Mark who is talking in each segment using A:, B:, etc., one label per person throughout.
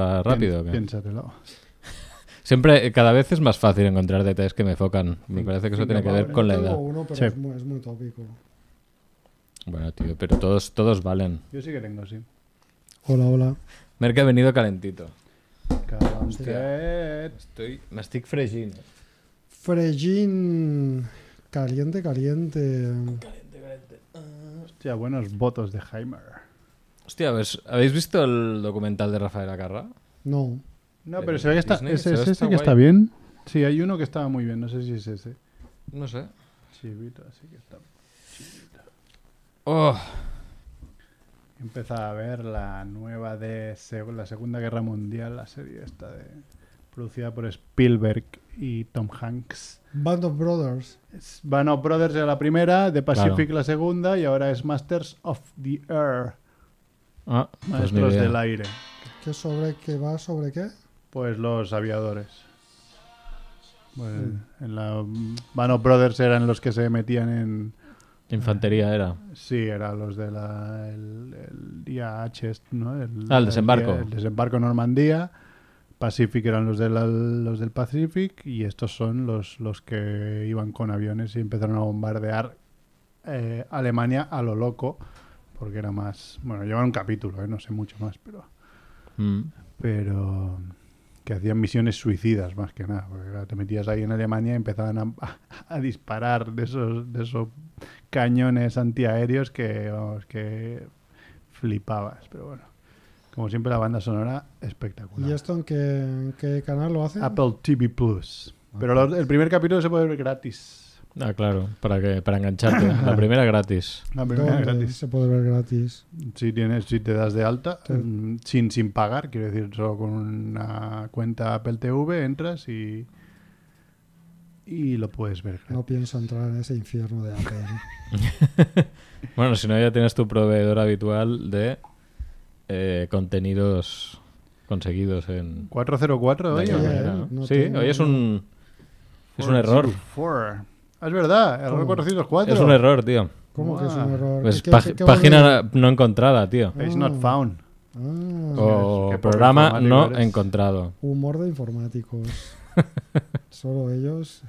A: ahora rápido. ¿o qué?
B: Piénsatelo.
A: Siempre, eh, cada vez es más fácil encontrar detalles que me focan. Me parece que eso tiene que ver con la
C: Yo
A: edad.
C: tengo uno, pero
B: Sí.
C: es, muy, es muy tópico.
A: Bueno, tío, pero todos, todos valen.
B: Yo sí que tengo, sí.
C: Hola, hola.
A: Merck ha venido calentito.
B: Calantet.
A: Estoy... Me estoy fregint.
C: Frejín caliente, caliente.
B: Hostia, buenos votos de Heimer.
A: Hostia, pues, ¿habéis visto el documental de Rafael Acarra?
C: No.
B: No,
A: Pero
B: pero se ve que está.
A: Disney,
B: ¿Ese
A: se ve
B: es
A: que
B: ese
A: está
B: que está
A: guay.
B: bien? Sí, hay uno que estaba muy bien. No sé si es ese.
A: No sé.
B: Chivito, así que está.
A: Oh,
B: Empieza a ver la nueva de seg- la Segunda Guerra Mundial, la serie esta de producida por Spielberg y Tom Hanks.
C: Band of Brothers.
B: Es Band of Brothers era la primera, The Pacific
A: Claro.
B: la segunda y ahora es Masters of the Air,
A: ah, pues ni
B: Maestros
A: idea.
B: del Aire.
C: ¿Qué sobre qué va? ¿Sobre qué?
B: Pues los aviadores. Pues, en la mm, Band of Brothers eran los que se metían en
A: Infantería era.
B: Sí, era los de la, el, el día H, ¿no? El,
A: Ah, el desembarco.
B: día- El, desembarco en Normandía. Pacific eran los, de la- los del Pacific y estos son los, los que iban con aviones y empezaron a bombardear eh, Alemania a lo loco porque era más... Bueno, llevan un capítulo, ¿eh? no sé mucho más, pero...
A: Mm.
B: Pero que hacían misiones suicidas más que nada, porque claro, te metías ahí en Alemania y empezaban a, a disparar de esos, de esos cañones antiaéreos que, vamos, que flipabas. Pero bueno, como siempre la banda sonora espectacular.
C: ¿Y esto en qué, en qué canal lo
A: Ah,
C: hace?
B: Apple TV Plus. Pero los- el primer capítulo se puede ver gratis.
A: Ah, claro, para que para engancharte. La primera gratis.
B: La primera
C: ¿Dónde
B: gratis.
C: se puede ver gratis?
B: Si, tienes, si te das de alta,
C: Sí.
B: mm, sin, sin pagar, quiero decir, solo con una cuenta Apple TV entras y, y lo puedes ver.
C: No pienso entrar en ese infierno de Apple.
A: Bueno, si no ya tienes tu proveedor habitual de eh, contenidos conseguidos en.
B: 404 hoy.
A: de
C: Vaya,
B: ¿o qué?
A: alguna manera, ¿no?
C: no
A: sí,
C: tengo-
A: hoy es un es un error.
B: 404. Ah, Es verdad, error
C: ¿Cómo?
B: 404.
A: Es un error, tío.
C: ¿Cómo que es un
B: Ah,
C: error?
A: Pues
C: ¿Qué- qué-
A: pag-
C: qué bueno
A: página no encontrada, tío.
B: Page not
C: Ah.
B: found.
C: Ah,
A: O
B: qué poco
A: programa no
B: informático eres.
A: encontrado.
C: humor de informáticos. Solo ellos.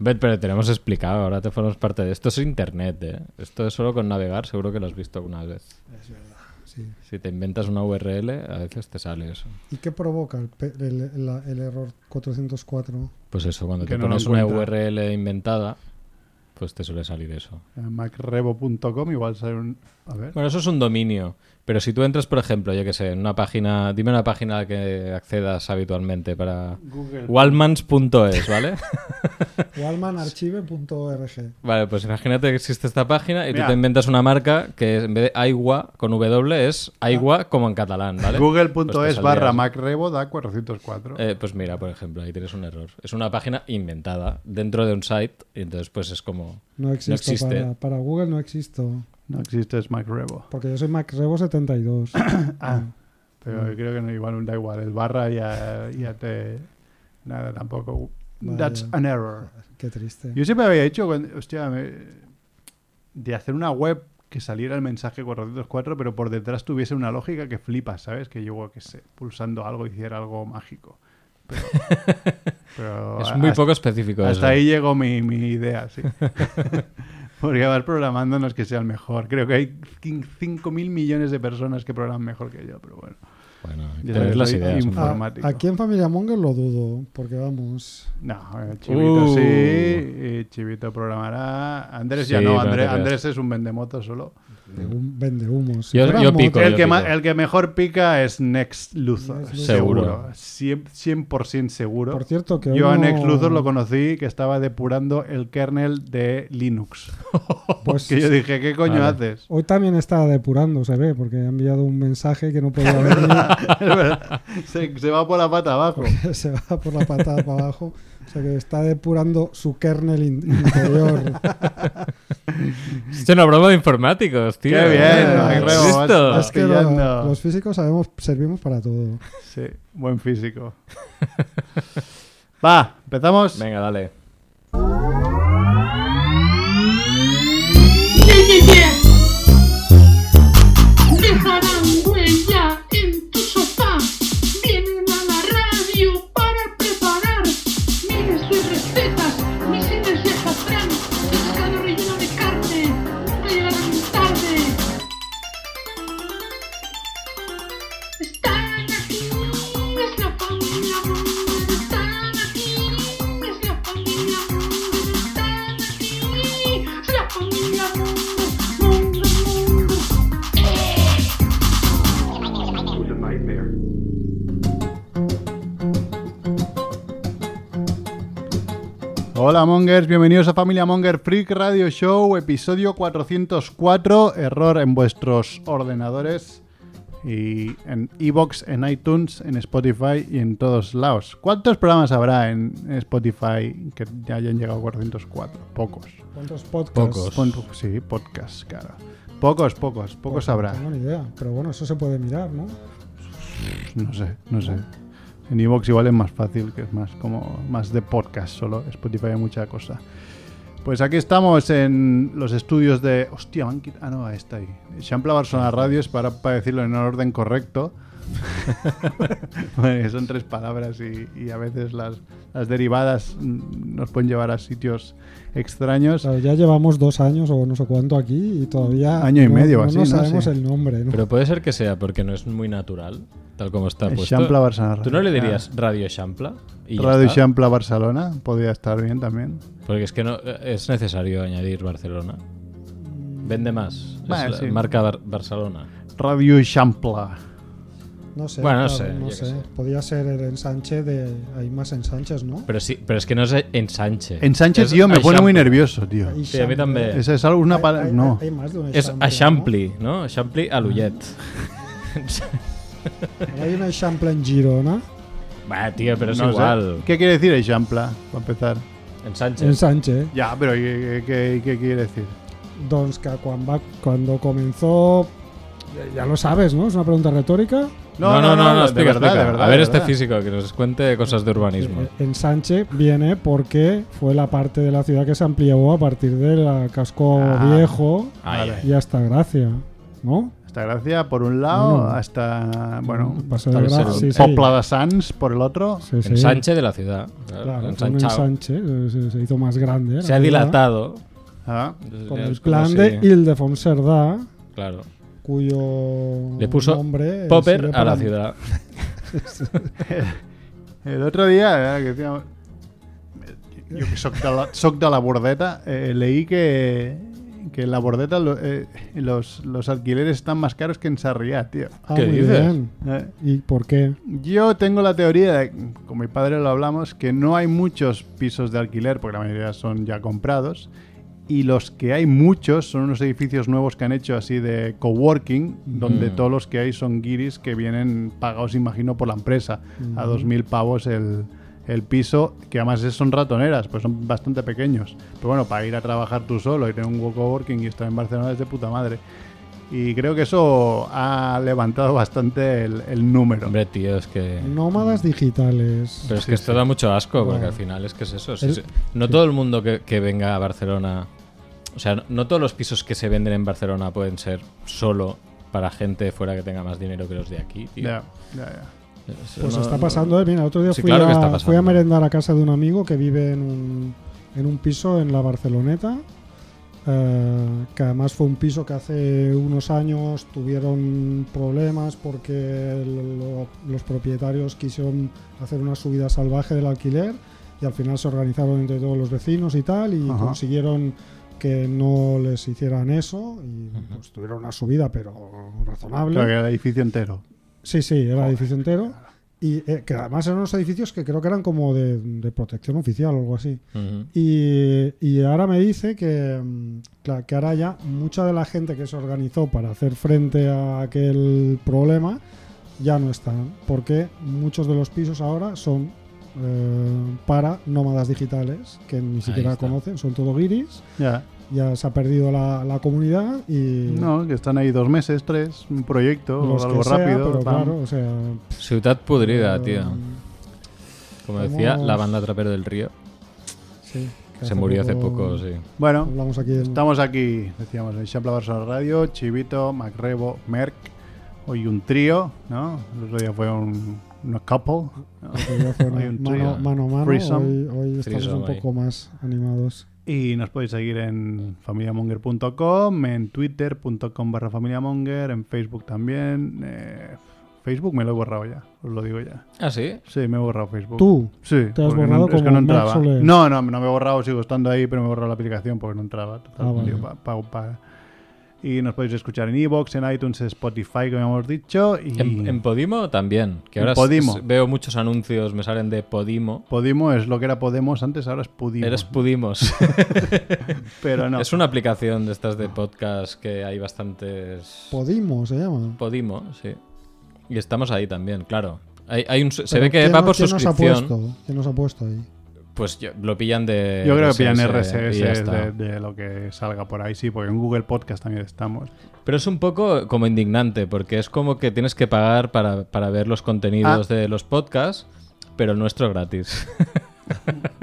A: Bet, pero tenemos explicado, ahora te formamos parte de esto. es internet, eh. Esto es solo con navegar, seguro que lo has visto alguna vez.
C: Es verdad. Sí.
A: Si te inventas una URL, a veces te sale eso.
C: ¿Y qué provoca el, pe- el- la- el error 404?
A: Pues eso, cuando
B: Que
A: te
B: no lo
A: pones una
B: encuentra.
A: URL inventada, pues te suele salir eso.
B: En Macrevo.com igual sale un... A ver.
A: Bueno, eso es un dominio. Pero si tú entras, por ejemplo, yo que sé, en una página, dime una página a la que accedas habitualmente para
B: Google.
A: walmans.es, ¿vale?
C: Walmanarchive.org.
A: vale, pues imagínate que existe esta página y
B: Mira.
A: tú te inventas una marca que es, en vez de aigua con W es
B: Ah.
A: aigua como en catalán, ¿vale?
B: Google.es
A: Pues te
B: barra
A: saldrías.
B: Macrevo da 404.
A: Eh, pues mira, por ejemplo, ahí tienes un error. Es una página inventada dentro de un site y entonces pues es como...
C: No existo.
A: existe.
C: Para, para Google no existo.
B: No existe es Macrevo.
C: Porque yo soy MacRevo72.
B: Ah, pero
A: Mm.
B: yo creo que no, igual da igual. El barra ya, ya te. Nada, tampoco.
C: Vaya.
B: That's an error.
C: Qué triste.
B: Yo siempre había hecho, cuando- hostia, me- de hacer una web que saliera el mensaje 404, pero por detrás tuviese una lógica que flipas, ¿sabes? Que yo, que sé, pulsando algo hiciera algo mágico. Pero, pero
A: Es muy
B: hasta-
A: poco específico. eso.
B: hasta ahí llegó mi, mi idea, sí. Porque vas programando no es que sea el mejor. Creo que hay 5.000 millones de personas que programan mejor que yo, pero bueno.
A: Bueno,
B: Ya
A: tener
B: sabes,
A: las
B: soy
A: ideas.
B: infa-
A: hombre.
C: A-
B: informático.
C: Ah, aquí en Familia Monger lo dudo. Porque vamos.
B: No, eh, Chivito
A: Uh.
B: sí, eh, Chivito programará. Andrés ya
A: Sí,
B: no,
A: pero no te
B: Andrés,
A: creas.
B: Andrés es un vendemoto solo.
C: de hum- vende humos.
A: Yo- yo pico.
B: El que, ma-
A: pico.
B: el que mejor pica es Next Luthor,
C: Next Luthor.
B: seguro.
A: Seguro.
B: 100%, seguro.
C: Por cierto, que hoy
B: Yo a
C: no-
B: Next Luthor lo conocí que estaba depurando el kernel de Linux.
C: pues,
B: Que yo dije, ¿qué coño
A: Vale.
B: haces?
C: Hoy también está depurando, se ve, porque ha enviado un mensaje que no podía ver.
B: Es verdad. se, se va por la pata abajo.
A: Pues
C: porque se va por la patada para abajo. O sea que está depurando su kernel in- interior.
A: Es una broma de informáticos, tío. Eh,
B: Qué bien,
C: ahí
A: ¿Has
B: remo,
A: visto?
B: vas-
C: es que lo-
B: pillando.
C: los físicos sabemos, servimos para todo.
B: Sí, buen físico. Va, empezamos.
A: Venga, dale.
D: Yeah, yeah, yeah. Dejarán huella en tu sofá, bien
B: Hola Mongers, bienvenidos a Familia Monger Freak Radio Show, episodio 404, error en vuestros ordenadores y en iBox, en iTunes, en Spotify y en todos lados. ¿Cuántos programas habrá en Spotify que ya hayan llegado a 404? Pocos.
C: ¿Cuántos podcasts?
A: Pocos.
B: Pon- Sí, podcasts, cara. Pocos, pocos, pocos
C: Pues,
B: habrá.
C: No tengo ni idea, pero bueno, eso se puede mirar, ¿no?
B: No sé, no sé. En iVoox igual es más fácil, que es más como más de podcast solo. Spotify hay mucha cosa. Pues aquí estamos en los estudios de... Hostia, me han quit- Ah, no, ahí está ahí. Champla Barcelona Radio es para, para decirlo en orden correcto. Bueno, son tres palabras y, y a veces las, las derivadas mm, nos pueden llevar a sitios
C: O
B: extraños.
A: Ah,
C: sea, ya llevamos dos años o no sé cuánto aquí y todavía.
B: Año y
C: no-
B: medio,
C: no,
B: así,
C: no
B: ¿no?
C: sabemos
B: Sí.
C: el nombre, ¿no?
A: Pero puede ser que sea porque no es muy natural, tal como está puesto.
B: Champla Barcelona Radio.
A: pues ¿Tú no le dirías Radio Champla? Y ya
B: Radio
A: está?
B: Champla Barcelona podría estar bien también.
A: Porque es que no es necesario añadir Barcelona. Vende más. Es
B: Bueno,
A: la-
B: sí.
A: Marca Bar- Barcelona.
B: Radio Champla.
C: No sé.
A: Bueno, no
C: claro,
A: sé, yo
C: No
A: qué
C: sé.
A: sé.
C: Podría ser el ensanche de. Hay más ensanches, ¿no?
A: Pero sí, pero es que no es ensanche.
B: En Sánchez,
A: Es
B: tío, me pone muy
A: Eixample.
B: nervioso, tío.
C: Hay
A: Sí, a mí
C: chample-
A: también.
B: Esa es algo- una
C: Hay-
B: palabra.
C: hay-
B: No.
C: hay más de un
A: Es
C: ensanche,
A: Aixampli, ¿no? Aixampli a Lullet.
C: ¿no? Hay un ensample en Girona.
A: Bah, tío, pero es
B: No sé.
A: igual.
B: ¿Qué quiere decir Eixample, para empezar?
A: Ensanche.
C: Ensanche.
B: Ya, pero ¿qué, qué- qué- qué quiere decir?
C: Doncs que quan, va, cuando comenzó... ya- Ya lo sabes, ¿no? Es una pregunta retórica.
A: No, no, no, no,
B: de
A: explica,
B: verdad,
A: explica.
B: de verdad,
A: A ver
B: de
A: este
B: verdad.
A: físico que nos cuente cosas de urbanismo.
C: Eh, En Sánchez viene porque fue la parte de la ciudad que se amplió a partir del casco
B: Ah.
C: viejo
A: Ay, ay.
C: y hasta Gracia, ¿no?
B: Hasta Gracia por un lado,
C: Bueno.
B: hasta. Bueno,
C: El Paseo
A: tal
C: de
A: vez
C: Gracia,
A: el
C: sí, sí.
B: Popla de Sants por el otro.
C: Sí, sí.
A: Ensanche de la ciudad.
C: Claro, fue un
A: Ensanchado.
C: ensanche, eh, se, se hizo más grande. la
A: Se ha
C: ciudad,
A: dilatado.
B: Ah,
C: Con
A: Es
C: el
A: como
C: plan
A: si-
C: de Ildefonso Cerdá,
A: Claro.
C: cuyo
A: Le puso
C: nombre eh,
A: Popper
C: sirve
A: a la
C: para-
A: ciudad.
B: El otro día, eh, que decíamos- Yo que soc de la, soc de la bordeta, eh, leí que, que en la bordeta lo- eh, los, los alquileres están más caros que en Sarriá, tío.
C: Ah,
A: ¿Qué
C: muy
A: dices?
C: bien.
B: Eh,
C: ¿Y por qué?
B: Yo tengo la teoría, de, con mi padre lo hablamos, que no hay muchos pisos de alquiler, porque la mayoría son ya comprados, y los que hay muchos son unos edificios nuevos que han hecho así de coworking, donde
A: Mm.
B: todos los que hay son guiris que vienen pagados, imagino, por la empresa, a 2.000 pavos el, el piso, que además es- son ratoneras, pues son bastante pequeños. Pero bueno, para ir a trabajar tú solo y tener un coworking y estar en Barcelona es de puta madre. Y creo que eso ha levantado bastante el, el número.
A: Hombre, tío, es que.
C: Nómadas digitales.
A: Pero es
B: Sí,
A: que esto
B: sí.
A: da mucho asco, porque
C: Bueno.
A: al final es que es eso. sí,
C: El-
A: sí. No todo el mundo que, que venga a Barcelona. O sea, no- no todos los pisos que se venden en Barcelona pueden ser solo para gente de fuera que tenga más dinero que los de aquí, tío.
B: Ya, ya, ya.
A: Eso
C: Pues
A: no-
C: está
A: no-
C: pasando, ¿eh? Mira, el otro día
A: Sí,
C: fui,
A: claro que está
C: a,
A: pasando.
C: fui a merendar a casa de un amigo que vive en un, en un piso en la Barceloneta, eh, que además fue un piso que hace unos años tuvieron problemas porque lo- los propietarios quisieron hacer una subida salvaje del alquiler y al final se organizaron entre todos los vecinos y tal y
B: Ajá.
C: consiguieron que no les hicieran eso y
A: Ujú.
C: pues, tuvieron una subida pero razonable.
B: Claro, que era el edificio entero.
C: Sí, sí, era el edificio entero. Y eh, que además eran unos edificios que creo que eran como de, de protección oficial o algo así.
A: Ujú.
C: Y, y ahora me dice que, mm, cla- que ahora ya mucha de la gente que se organizó para hacer frente a aquel problema ya no están. Porque muchos de los pisos ahora son eh, para nómadas digitales que ni siquiera
A: está.
C: conocen, son todo guiris.
B: Ya.
C: Ya se ha perdido la, la comunidad y.
B: No, que están ahí dos meses, tres, un proyecto,
C: Mm. los
B: o
C: que
B: algo
C: sea,
B: rápido.
C: pero
B: pam.
C: claro, o sea.
A: Ciudad pudrida,
C: eh,
A: tío. Como decía
C: Vamos.
A: la banda Trapero del Río.
C: Sí, que
A: Se murió hace poco, sí.
B: Bueno,
C: Hablamos aquí en-
B: estamos aquí, decíamos, en Champla Barcelona Radio, Chivito, Macrebo, Merck. Hoy un trío, ¿no? El otro día fue un, una couple. ¿no?
C: Podría hacer
B: Hay un
C: mano,
A: trío.
C: mano a mano.
B: Threesome.
C: Hoy, hoy estamos
A: Threesome
C: un
A: ahí.
C: poco más animados.
B: Y nos podéis seguir en familiamonger.com, en twitter.com barra familiamonger, en Facebook también. eh, Facebook me lo he borrado ya, os lo digo ya.
A: Ah, sí.
B: Sí, me he borrado Facebook.
C: Tú,
B: Sí,
C: Te has
B: porque
C: borrado
B: es que
C: como
B: no entraba.
C: Max Soler.
B: No, no, no me he borrado, sigo estando ahí, pero me he borrado la aplicación porque no entraba. Total,
C: Ah, vale.
B: tío, pa- pa- pa- Y nos podéis escuchar en Evox, en iTunes, Spotify, como hemos dicho. Y
A: En, en Podimo también, que
B: En
A: ahora
B: Podimo.
A: s- veo muchos anuncios, me salen de Podimo.
B: Podimo es lo que era Podemos antes, ahora es Pudimo.
A: Eres Pudimos.
B: Pero no.
A: Es una aplicación de estas de podcast que hay bastantes.
C: Podimo se llama.
A: Podimo, sí. Y estamos ahí también, claro. Hay, hay un, se
C: Pero
A: ve que
C: ¿quién
A: va
C: no-
A: por
C: quién nos ha
A: suscripción.
C: puesto? ¿Quién nos ha puesto ahí?
A: Pues yo- lo pillan de.
B: Yo creo que pillan
A: y ya
B: RSS
A: está.
B: de, de lo que salga por ahí, sí, porque en Google Podcast también estamos.
A: Pero es un poco como indignante, porque es como que tienes que pagar para, para ver los
C: Ah.
A: contenidos de los podcasts, pero el nuestro gratis.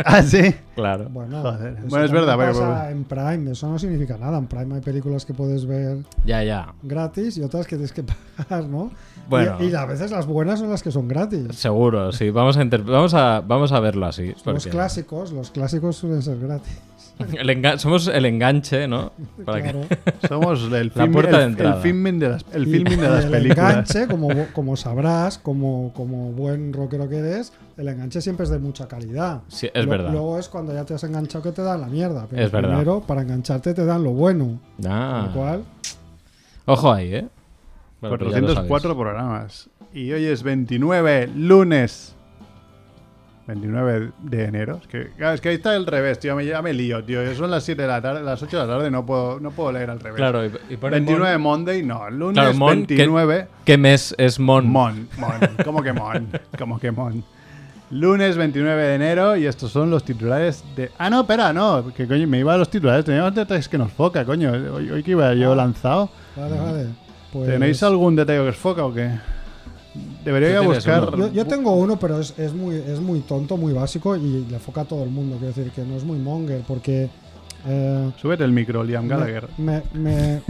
B: Ah, sí.
A: claro.
C: Bueno,
B: Joder.
C: eso
B: Bueno, es
C: también
B: verdad, pero-
C: pasa en Prime, eso no significa nada. En Prime hay películas que puedes ver
A: Ya, ya.
C: gratis y otras que tienes que pagar, ¿no?
A: Bueno.
C: Y, y a veces las buenas son las que son gratis.
A: Seguro, sí. Vamos a, inter- vamos a, vamos a verlo así.
C: Los
A: porque-
C: clásicos, los clásicos suelen ser gratis.
A: el enga- somos el enganche, ¿no? Para que-
C: claro.
B: Somos el,
A: La
B: film-
A: puerta de
B: el- el
A: entrada.
B: filming de las, el
C: Y-
B: filming de
C: y
B: las
C: el
B: películas.
C: enganche, como, como sabrás, como, como buen rockero que eres, el enganche siempre es de mucha calidad.
A: Sí, es
C: Lo-
A: verdad.
C: Luego es cuando ya te has enganchado que te dan la mierda. Pero
A: Es verdad.
C: primero, para engancharte, te dan lo bueno.
A: Ah.
C: Lo cual,
A: Ojo ahí, ¿eh? Bueno, pues ya lo sabéis.
B: 404 programas. Y hoy es 29, lunes. 29 de enero. Es que, claro, es que ahí está el revés, tío. Me, ya me lío, tío. Son las 7 de la tarde, las 8 de la tarde. No puedo, no puedo leer al revés.
A: Claro, y, y ponen
B: 29
A: Mon-
B: Monday, no. Lunes
A: Claro, Mon, que-
B: 29.
A: ¿Qué mes es Mon?
B: Mon, mon. ¿Cómo que mon? ¿Cómo que mon? Lunes 29 de enero y estos son los titulares de... Ah, no, espera, no. Que coño, me iba a los titulares. Teníamos detalles que nos foca, coño. Hoy, hoy que iba yo lanzado.
A: Mm.
C: vale, vale. Pues-
B: ¿Tenéis algún detalle que os foca o qué? Debería
A: Tú
B: ir a
A: tienes
B: buscar...
A: uno.
C: Yo, yo tengo uno, pero es, es muy, es muy tonto, muy básico y le foca a todo el mundo. Quiero decir que no es muy monger porque... eh,
B: Súbete el micro, Liam
C: me-
B: Gallagher.
C: Me, me,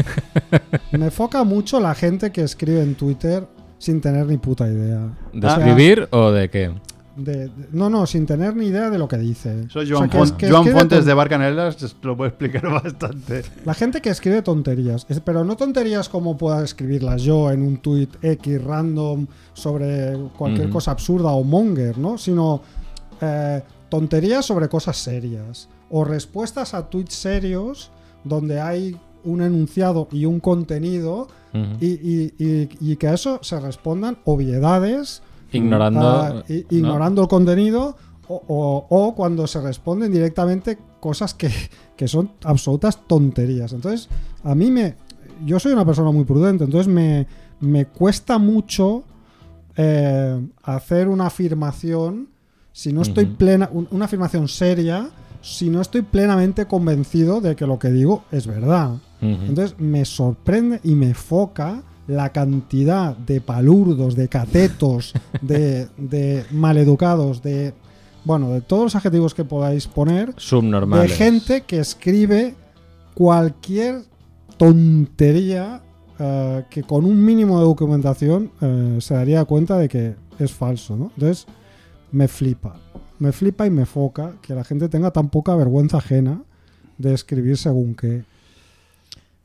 C: me foca mucho la gente que escribe en Twitter sin tener ni puta idea.
A: ¿De
C: O sea,
A: escribir o de qué?
C: de- de- no, no, sin tener ni idea de lo que dice.
B: Soy
C: O
B: Joan,
C: sea, que
B: Fon-
C: es- que
B: Joan
C: escribe
B: Fontes
C: ton-
B: de Barcanelas, os lo puedo explicar bastante.
C: La gente que escribe tonterías, es- pero no tonterías como pueda escribirlas yo en un tweet X random sobre cualquier
A: Ujú.
C: cosa absurda o monger, ¿no? Sino eh, tonterías sobre cosas serias o respuestas a tweets serios donde hay un enunciado y un contenido
A: Ujú.
C: y, y- y- y que a eso se respondan obviedades,
A: Ignorando.
C: ah, i-
A: ¿no?
C: ignorando el contenido o, o- o cuando se responden directamente cosas que, que son absolutas tonterías. Entonces, a mí me... Yo soy una persona muy prudente, entonces me, me cuesta mucho eh, hacer una afirmación si no estoy
A: Ujú.
C: plena... un- una afirmación seria si no estoy plenamente convencido de que lo que digo es verdad.
A: Ujú.
C: Entonces me sorprende y me foca la cantidad de palurdos, de catetos, de, de maleducados, de. Bueno, de todos los adjetivos que podáis poner,
A: Subnormales.
C: de gente que escribe cualquier tontería eh, que con un mínimo de documentación eh, se daría cuenta de que es falso, ¿no? Entonces, me flipa. Me flipa y me foca que la gente tenga tan poca vergüenza ajena de escribir según qué.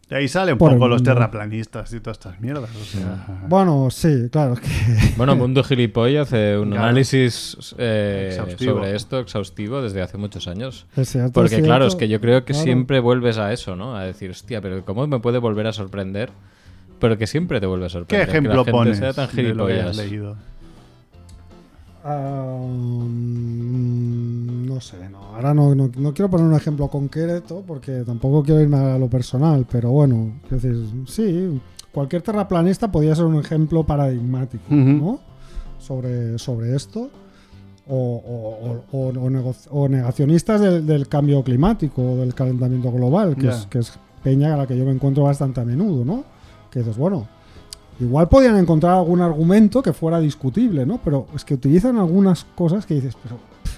B: De ahí salen un
C: Por el
B: poco los
C: mundo.
B: terraplanistas y todas estas mierdas. O sea,
C: Bueno, sí, claro, es que
A: Bueno, Mundo Gilipollas hace un
B: Claro.
A: análisis eh,
B: Exhaustivo.
A: sobre esto exhaustivo desde hace muchos años.
C: es cierto,
A: Porque
C: es
A: claro,
C: cierto.
A: es que yo creo que
C: Claro.
A: siempre vuelves a eso, ¿no? A decir, hostia, pero ¿cómo me puede volver a sorprender? Pero que siempre te vuelve a
B: ¿Qué
A: sorprender. que la
B: ejemplo
A: gente
B: pones
A: sea tan
B: de lo que has
A: gilipollas.
B: leído?
C: Ah, mm, no sé, no, ahora no, no, no quiero poner un ejemplo concreto porque tampoco quiero irme a lo personal, pero bueno, quiero decir, sí, cualquier terraplanista podría ser un ejemplo paradigmático,
B: Ujú.
C: ¿no? Sobre, sobre esto. O, o- o- o- o nego- o negacionistas del, del cambio climático o del calentamiento global, que,
B: Ya.
C: es, que es peña a la que yo me encuentro bastante a menudo, ¿no? Que dices, bueno, Igual podían encontrar algún argumento que fuera discutible, ¿no? Pero es que utilizan algunas cosas que dices, pero, pff,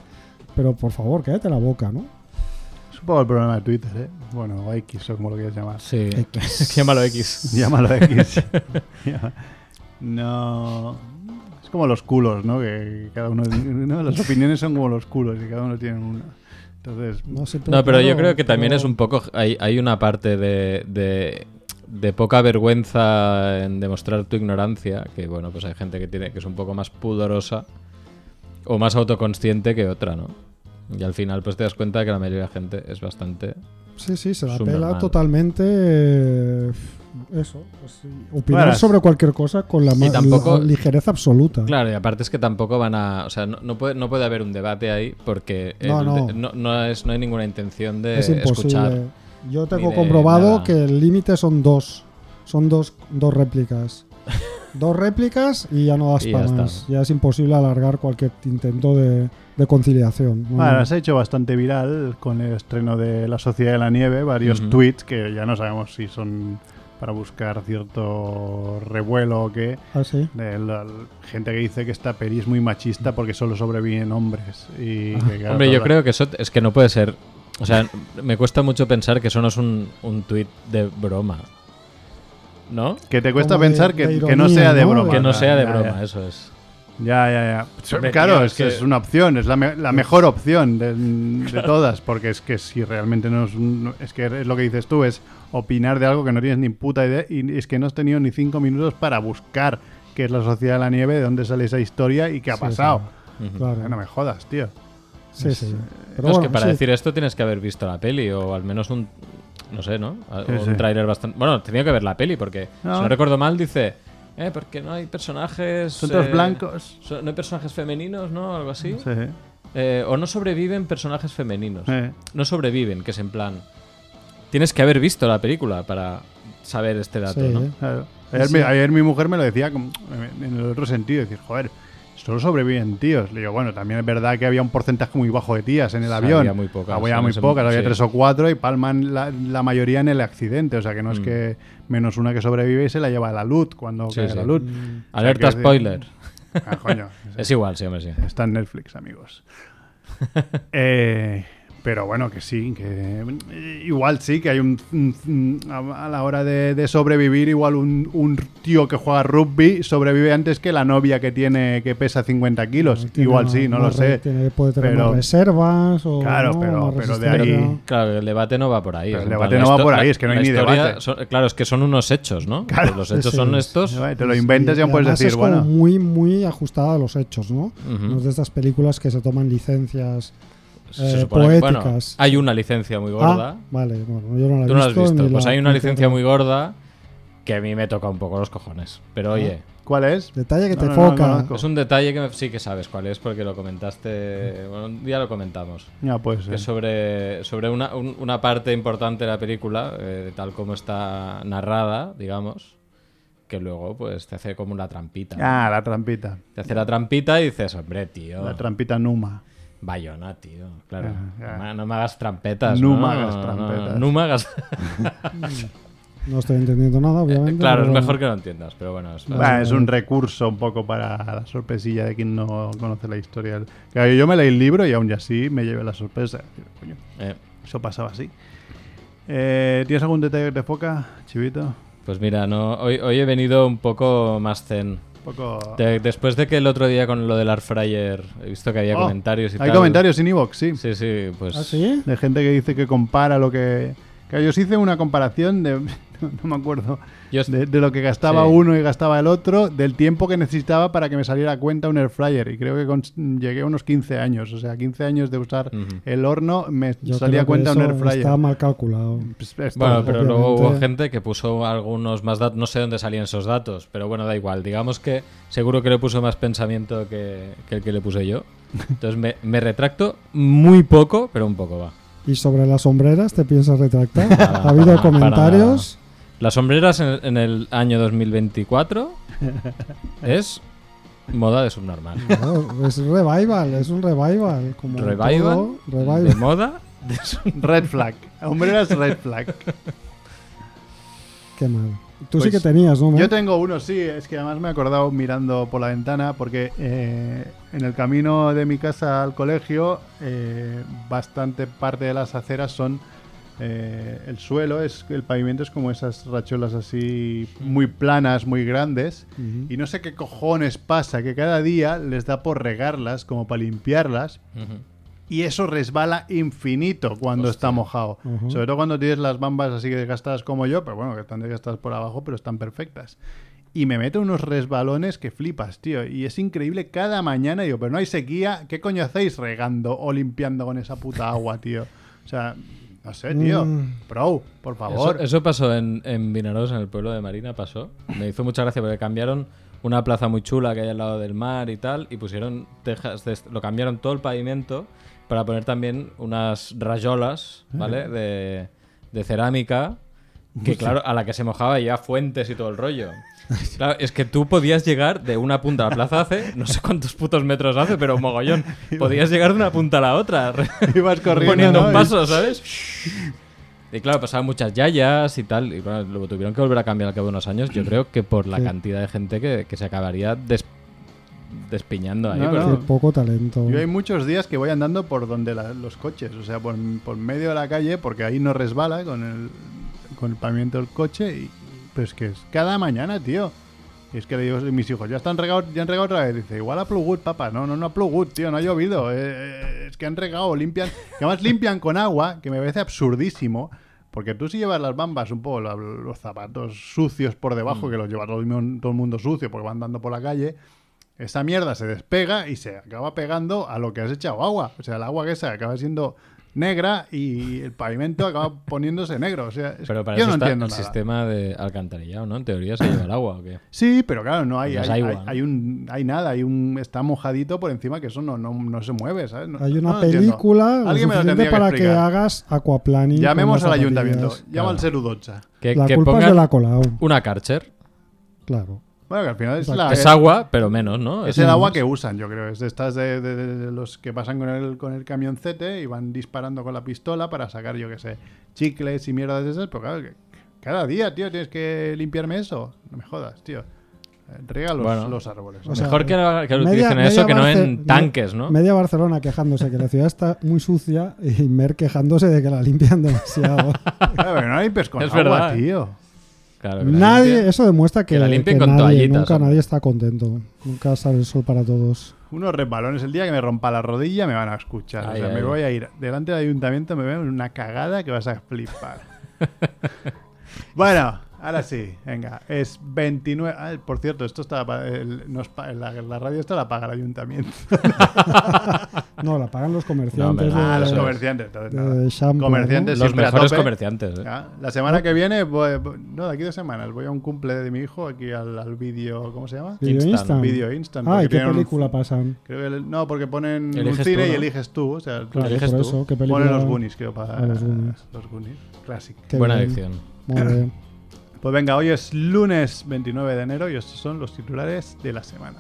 C: pero por favor, cállate la boca, ¿no?
B: Es un poco el problema de Twitter, ¿eh? Bueno, o X, o como lo quieras llamar.
A: Sí.
C: X.
A: Llámalo X.
B: Llámalo X. Ya. no. Es como los culos, ¿no? Que cada uno. ¿no? Las opiniones son como los culos y cada uno tiene una. Entonces.
C: No, sé,
A: No, pero yo
C: claro,
A: creo que también
C: pero-
A: es un poco. Hay, hay una parte de, de, de poca vergüenza en demostrar tu ignorancia. Que bueno, pues hay gente que tiene que es un poco más pudorosa o más autoconsciente que otra, ¿no? Y al final, pues te das cuenta que la mayoría de la gente es bastante
C: Sí, sí, se la
A: Superman.
C: pela totalmente. eh, eso. pues sí, Opinar
B: Bueno, es-
C: sobre cualquier cosa con la,
A: Y
C: ma-
A: tampoco-
C: la ligereza absoluta.
A: Claro, y aparte es que tampoco van a. O sea, no, no puede, no puede haber un debate ahí porque el
C: No, no.
A: de- no es, no hay ninguna intención de
C: es imposible.
A: escuchar.
C: Yo tengo
A: de
C: comprobado
A: nada.
C: que el límite son dos. Son dos, dos réplicas. dos réplicas y ya no das
A: Y
C: para
A: ya está.
C: más. Ya es imposible alargar cualquier intento de, de conciliación. No,
B: Bueno,
A: Mm.
C: no.
B: se ha hecho bastante viral con el estreno de La Sociedad de la Nieve, varios
A: Ujú.
B: tweets que ya no sabemos si son para buscar cierto revuelo o qué.
C: Ah, sí.
B: de la gente que dice que está peris muy machista porque solo sobreviven hombres. Y que, claro,
A: Ah, Hombre, yo
B: toda-
A: creo que eso es que no puede ser. O sea, me cuesta mucho pensar que eso no es un, un tuit de broma. ¿No?
B: que te cuesta
C: Como de-
B: pensar
C: de
B: que,
C: ironía,
B: que no sea de
C: ¿no?
B: broma.
A: Que no
B: Ya,
A: sea de
B: ya,
A: broma,
B: ya.
A: eso es.
B: Ya, ya, ya.
A: Hombre,
B: claro,
A: tío,
B: es que
A: es que-
B: es una opción, es la, me- la mejor opción de, de todas, porque es que si realmente no es, un- no- es que es lo que dices tú, es opinar de algo que no tienes ni puta idea y es que no has tenido ni cinco minutos para buscar qué es la sociedad de la nieve, de dónde sale esa historia y qué ha
C: Sí,
B: pasado.
A: Ujú.
C: Claro.
B: No me jodas, tío.
C: Sí, sí.
B: eh,
C: Pero
A: No, es
C: bueno,
A: que para
C: sí.
A: decir esto tienes que haber visto la peli o al menos un. No sé, ¿no? A-
B: Sí,
A: o
B: sí.
A: Un tráiler bastante. Bueno, tenía que ver la peli porque,
B: No.
A: si no recuerdo mal, dice. Eh, porque no hay personajes.
B: Son todos
A: eh,
B: blancos.
A: so- no hay personajes femeninos, ¿no? Algo así.
B: Sí.
A: Eh, o no sobreviven personajes femeninos.
B: Eh.
A: No sobreviven, que es en plan. Tienes que haber visto la película para saber este dato,
C: Sí,
A: ¿no?
C: ¿eh?
B: Claro. Ayer, mi, ayer mi mujer me lo decía como en el otro sentido, decir, joder, solo sobreviven tíos. Le digo, bueno, también es verdad que había un porcentaje muy bajo de tías en el
A: Sí,
B: avión.
A: había muy pocas,
B: Había
A: en
B: muy
A: ese
B: pocas,
A: momento,
B: había
A: sí.
B: tres o cuatro y palman la, la mayoría en el accidente. O sea que no es que menos una que sobrevive y se la lleva a la luz cuando
A: Mm. Sí,
B: cae
A: sí.
B: la luz.
A: Alerta
B: quiero decir-
A: spoiler.
B: Ah, coño.
A: Es igual, sí, hombre, sí.
B: Está en Netflix, amigos. Eh, pero bueno, que sí, que eh, igual sí, que hay un... un- un- a a la hora de, de sobrevivir, igual un, un tío que juega rugby sobrevive antes que la novia que tiene que pesa 50 kilos.
C: Tiene
B: igual
C: más-
B: sí, no lo
C: más re-
B: sé.
C: tiene- puede tener
B: Pero-
C: más reservas o
B: Claro,
C: ¿no?
B: pero-
C: más
B: pero de
C: resistencia.
B: ahí-
A: Claro, el debate no va por ahí.
B: Pero
A: Es
B: el
A: en
B: debate
A: plan,
B: no va
A: esto-
B: por
A: la-
B: ahí, es que no hay
A: la
B: ni
A: historia
B: debate.
A: son- claro, es que son unos hechos, ¿no?
B: Claro.
A: Pues los hechos
C: Sí,
A: son
C: sí.
A: estos.
B: Eh, Te lo
C: Y-
B: inventas y ya
C: y
B: puedes
C: además
B: decir,
C: es como
B: bueno...
C: muy, muy ajustada a los hechos, ¿no?
A: Ujú.
C: No es de estas películas que se toman licencias.
A: Se
C: eh,
A: supone que- bueno,
C: poéticas.
A: hay una licencia muy gorda.
C: Ah, vale, bueno, yo no la he
A: Tú no la has
C: visto.
A: visto.
C: ni
A: Pues
C: la-
A: hay una
C: ni
A: licencia
C: la-
A: muy gorda que a mí me toca un poco los cojones.
C: Ah,
A: Pero oye,
B: ¿Cuál es?
C: Detalle que
B: No,
C: te
B: no, no,
C: foca.
B: conozco.
A: es un detalle que me- sí que sabes cuál es porque lo comentaste. Bueno, un día lo comentamos.
B: Ya, pues...
A: que
B: eh.
A: sobre, sobre una, un- una parte importante de la película, eh, tal como está narrada, digamos, que luego pues te hace como una trampita. ¿no?
B: Ah, la trampita.
A: Te hace la trampita y dices, hombre, tío,
C: Ah.
B: La trampita Numa.
A: Bayona, tío. Claro,
B: Ah, ya.
A: no me- no me hagas trampetas.
B: No
A: No,
B: me hagas
A: No, no,
B: trampetas.
A: no me hagas-
C: No estoy entendiendo nada, obviamente.
A: Eh, claro, es
C: pero-
A: mejor que lo entiendas, pero bueno. es-
B: Bah, Ah, es un recurso un poco para la sorpresilla de quien no conoce la historia. Claro, yo me leí el libro y aún y así me llevé la sorpresa. Decir, coño,
A: eh,
B: Eso pasaba así. Eh, ¿Tienes algún detalle que te foca, Chivito? Un
A: pues mira, no, hoy, hoy he venido un poco más zen.
B: poco...
A: De- después de que el otro día con lo del air fryer he visto que había
B: Oh,
A: comentarios y
B: Hay
A: tal.
B: comentarios en Evox, sí.
A: Sí, sí, pues.
C: ¿Ah, sí?
B: De gente que dice que compara lo que... que yo os hice una comparación de... No me acuerdo.
A: Yo est-
B: De, de lo que gastaba
A: Sí.
B: uno y gastaba el otro, del tiempo que necesitaba para que me saliera a cuenta un air fryer. Y creo que cons- llegué a unos 15 años. O sea, 15 años de usar
A: Ujú.
B: el horno, me
C: Yo
B: salía a
C: creo que
B: cuenta un
C: eso
B: air fryer.
C: Está mal calculado.
B: Pues, está-
A: Bueno, pero luego hubo
C: obviamente.
A: gente que puso algunos más datos, no sé dónde salían esos datos, pero bueno, da igual. Digamos que seguro que le puso más pensamiento que, que el que le puse yo. Entonces me, me retracto muy poco, pero un poco va.
C: ¿Y sobre las sombreras te piensas retractar?
A: Para-
C: ¿Ha habido
A: para-
C: comentarios?
A: Las sombreras en, en el año 2024 es moda de subnormal.
C: No, es revival, es un revival. Como
A: Revival,
C: todo, revival.
A: de moda.
B: Red flag. Hombreras red flag.
C: Qué mal. Tú sí
B: Pues,
C: que tenías, ¿no?
B: Yo tengo uno, sí. Es que además me he acordado mirando por la ventana porque eh, en el camino de mi casa al colegio eh, bastante parte de las aceras son... eh, el suelo, es el pavimento es como esas racholas así muy planas, muy grandes.
C: Ujú.
B: Y no sé qué cojones pasa, que cada día les da por regarlas, como para limpiarlas,
A: Ujú.
B: y eso resbala infinito cuando
A: Hostia.
B: está mojado.
C: Ujú.
B: Sobre todo cuando tienes las bambas así desgastadas como yo, pero bueno, que están desgastadas por abajo, pero están perfectas. Y me meto unos resbalones que flipas, tío. Y es increíble cada mañana. Digo, pero no hay sequía. ¿Qué coño hacéis regando o limpiando con esa puta agua, tío? O sea, No sé, tío.
C: Mm.
B: Pro, por favor.
A: Eso, eso pasó en, en Vinaros, en el pueblo de Marina, pasó. Me hizo mucha gracia porque cambiaron una plaza muy chula que hay al lado del mar y tal, y pusieron tejas, de est- lo cambiaron todo el pavimento para poner también unas rayolas, ¿vale? De, de cerámica, que claro, a la que se mojaba ya fuentes y todo el rollo. Claro, es que tú podías llegar de una punta a la plaza hace, no sé cuántos putos metros hace, pero mogollón. Podías llegar de una punta a la otra.
B: Ibas corriendo.
A: poniendo
B: ¿no?
A: un
B: Y-
A: paso, ¿sabes? Pues Y claro, pasaban muchas yayas y tal. Y bueno, lo tuvieron que volver a cambiar al cabo de unos años. Yo creo que por la
C: Sí.
A: cantidad de gente que, que se acabaría des- despiñando ahí.
B: No,
A: pero-
B: no.
C: Qué poco talento.
B: Yo hay muchos días que voy andando por donde la- los coches, o sea, por, por medio de la calle, porque ahí no resbala con el, con el pavimento del coche. Y, pero es que es cada mañana, tío. Y es que le digo a mis hijos, ya están regados, ya han regado otra vez. Dice, igual a Plugut, papá. No, no, no a Plugut, tío, no ha llovido. Eh, eh, es que han regado, limpian. Que además limpian con agua, que me parece absurdísimo. Porque tú si llevas las bambas un poco, la- los zapatos sucios por debajo,
A: Mm.
B: que los lleva todo el mu- todo el mundo sucio porque van andando por la calle, esa mierda se despega y se acaba pegando a lo que has echado agua. O sea, el agua que se acaba siendo negra y el pavimento acaba poniéndose negro. O sea, es-
A: pero para
B: yo
A: eso
B: no
A: está
B: entiendo
A: el
B: nada.
A: sistema de alcantarillado, ¿no? En teoría se lleva el agua, ¿o qué?
B: Sí, pero claro, no hay,
A: No es
B: hay, hay,
A: agua, ¿no?
B: hay un, hay nada, hay un está mojadito por encima que eso no, no, no se mueve, ¿sabes? No-
C: Hay
B: no
C: una
B: lo entiendo.
C: película lo
B: Alguien me lo
C: suficiente
B: tendría
C: para que,
B: que, explicar.
C: hagas aquaplaning. con
B: Llamemos
C: las
B: al ayuntamiento,
C: zapatillas.
B: llama al
A: Claro.
B: Serudotcha.
A: Que,
C: La
A: Eh, que
C: culpa es
A: pongan
C: de la Colau,
A: una Karcher.
C: claro.
B: Bueno, que al final es,
C: Exacto.
B: la,
A: Es agua, pero menos, ¿no?
B: Ah, eh. Es el agua que usan, yo creo. Es de estas de, de- de los que pasan con el, con el camioncete y van disparando con la pistola para sacar, yo qué sé, chicles y mierdas de esas. Pero claro, que cada día, tío, tienes que limpiarme eso. No me jodas, tío. Eh, Riega los,
A: Bueno.
B: los árboles.
C: O sea,
A: Mejor que, la- que lo
C: Media-
A: utilicen en
C: media
A: eso que no
C: Barce-
A: en tanques, ¿no?
C: Media Barcelona quejándose que la ciudad está muy sucia y Mer quejándose de que la limpian demasiado.
B: Claro, pero no limpies con
A: Es
B: agua,
A: verdad. ¿eh?
B: tío.
A: Claro, que la
C: nadie,
A: limpia.
C: eso demuestra que,
A: que la limpien
C: que
A: con
C: nadie,
A: toallitas,
C: nunca
A: hombre.
C: nadie está contento. Nunca sale el sol para todos.
B: Unos resbalones el día que me rompa la rodilla me van a escuchar.
A: Ay,
B: o sea,
A: ay,
B: me
A: ay.
B: voy a ir delante del ayuntamiento, me veo en una cagada que vas a flipar. bueno, ahora sí, venga. Es 29. ah, por cierto, esto está. pa- el- nos pa- la, la radio esta la paga el ayuntamiento.
C: No, la pagan los comerciantes
A: No, hombre,
B: ah,
A: eso
C: de,
B: los
A: es.
B: comerciantes. entonces
C: de
B: nada.
C: shampoo, ¿no?
B: comerciantes
A: Los
B: siempre a
A: mejores
B: tope.
A: comerciantes. ¿eh?
B: Ah, La semana que viene, voy- voy- no, de aquí dos semanas, voy a un cumple de mi hijo aquí al, al vídeo, ¿cómo se llama?
C: Video
A: Instant.
C: Instant.
B: Video Instant.
C: Ah,
B: porque
C: ¿y qué
B: tienen un-
C: película pasan?
B: creo que el- no, porque ponen un
A: Eliges
B: cine
A: tú, ¿no?
B: y eliges tú. O sea, tú
C: Claro,
A: eliges
C: por
A: tú.
C: eso, ¿qué película?
B: Pone los Goonies, creo, para
C: A los Goonies.
B: los Goonies. Clásico.
C: Qué
A: Buena
C: bien.
A: elección.
C: Muy bien.
B: Pues venga, hoy es lunes 29 de enero y estos son los titulares de la semana.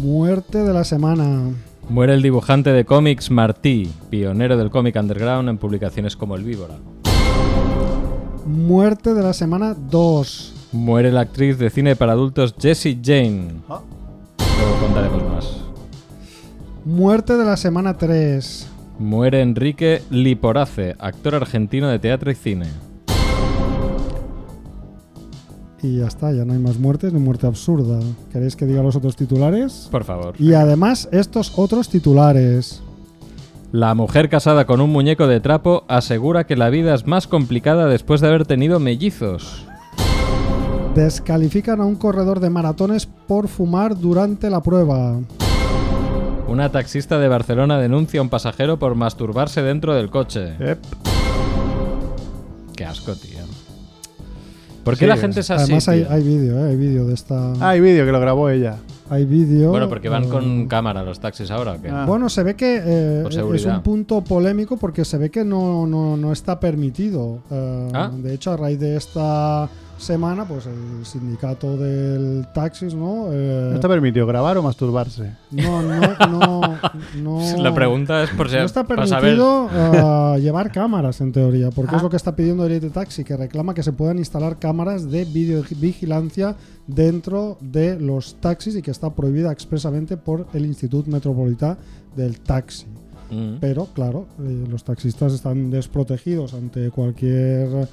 C: Muerte de la semana.
A: Muere el dibujante de cómics Martí, pionero del cómic underground en publicaciones como El Víbora.
C: Muerte de la semana 2.
A: Muere la actriz de cine para adultos Jessie Jane.
B: Ah,
A: Luego contaremos más.
C: Muerte de la semana 3.
A: Muere Enrique Liporace, actor argentino de teatro y cine.
C: Y ya está, ya no hay más muertes ni muerte absurda. ¿Queréis que diga los otros titulares?
A: Por favor.
C: Y además estos otros titulares.
A: La mujer casada con un muñeco de trapo asegura que la vida es más complicada después de haber tenido mellizos.
C: Descalifican a un corredor de maratones por fumar durante la prueba.
A: Una taxista de Barcelona denuncia a un pasajero por masturbarse dentro del coche.
B: ep.
A: Qué asco, tío. ¿Por qué
B: Sí,
A: la gente es así?
C: además hay,
A: Ah, tío?
C: hay vídeo, ¿eh? hay vídeo de esta...
B: Ah, hay vídeo que lo grabó ella.
C: Hay vídeo...
A: Bueno, porque van
C: eh,
A: con cámara los taxis ahora, ¿o qué?
B: Ah.
C: Bueno, se ve que eh,
A: Por
C: es
A: seguridad.
C: un punto polémico porque se ve que no, no- no está permitido. Eh,
A: Ah.
C: De hecho, a raíz de esta semana, pues el sindicato del taxis, ¿no? Eh,
B: ¿No está permitido grabar o masturbarse?
C: no, no, no, no-
A: Pues
C: eh,
A: La pregunta es por si
C: No está
A: para saber. Ah.
C: permitido eh, llevar cámaras en teoría, porque es lo que está pidiendo el IT Taxi, que reclama que se puedan instalar cámaras de videovigilancia dentro de los taxis y que está prohibida expresamente por el Instituto Metropolitano del Taxi.
A: Mm.
C: Pero, claro, eh, los taxistas están desprotegidos ante cualquier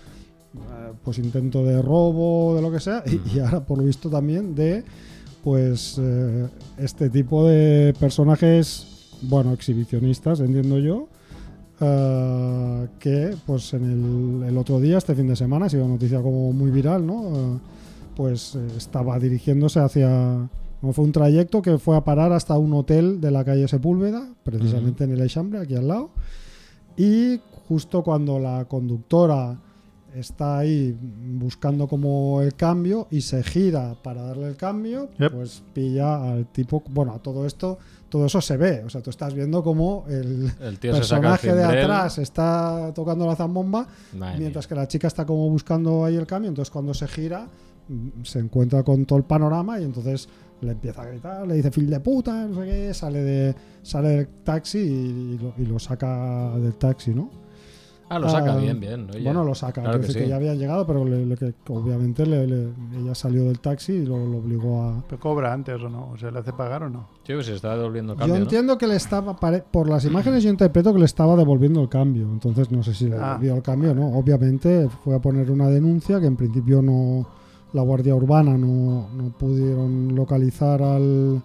C: eh, pues intento de robo, de lo que sea, y, y ahora por lo visto también de pues eh, este tipo de personajes, bueno, exhibicionistas, entiendo yo, eh, que pues en el, el otro día, este fin de semana, ha sido noticia como muy viral, ¿no? Eh, pues eh, estaba dirigiéndose hacia... no, fue un trayecto que fue a parar hasta un hotel de la calle Sepúlveda, precisamente en el Eixample, aquí al lado. Y justo cuando la conductora está ahí buscando como el cambio y se gira para darle el cambio,
B: Yep.
C: pues pilla al tipo, bueno, a todo esto, todo eso se ve, o sea, tú estás viendo como el
A: El tío se
C: personaje de
A: saca el
C: atrás está tocando la zambomba, mientras
A: Mientras
C: que la chica está como buscando ahí el cambio, entonces cuando se gira mm, se encuentra con todo el panorama y entonces le empieza a gritar, le dice fil de puta, no sé qué, sale, de, sale del taxi y, y lo, y lo saca del taxi, ¿no?
A: Ah, lo saca
C: Ah,
A: bien, bien. oye.
C: Bueno, lo saca,
A: Claro
C: quiero
A: que
C: decir que
A: sí.
C: ya habían llegado, pero le- le- que obviamente le- le- ella salió del taxi y lo, lo obligó a...
B: ¿Pero cobra antes o no? ¿O sea, le hace pagar o no?
A: Tío, que se está devolviendo
C: yo
A: cambio, ¿no?
C: entiendo que le estaba, pare- por las imágenes yo interpreto que le estaba devolviendo el cambio, entonces no sé si le
B: Ah.
C: devolvió el cambio o no. Obviamente fue a poner una denuncia que en principio no la Guardia Urbana no, no pudieron localizar al...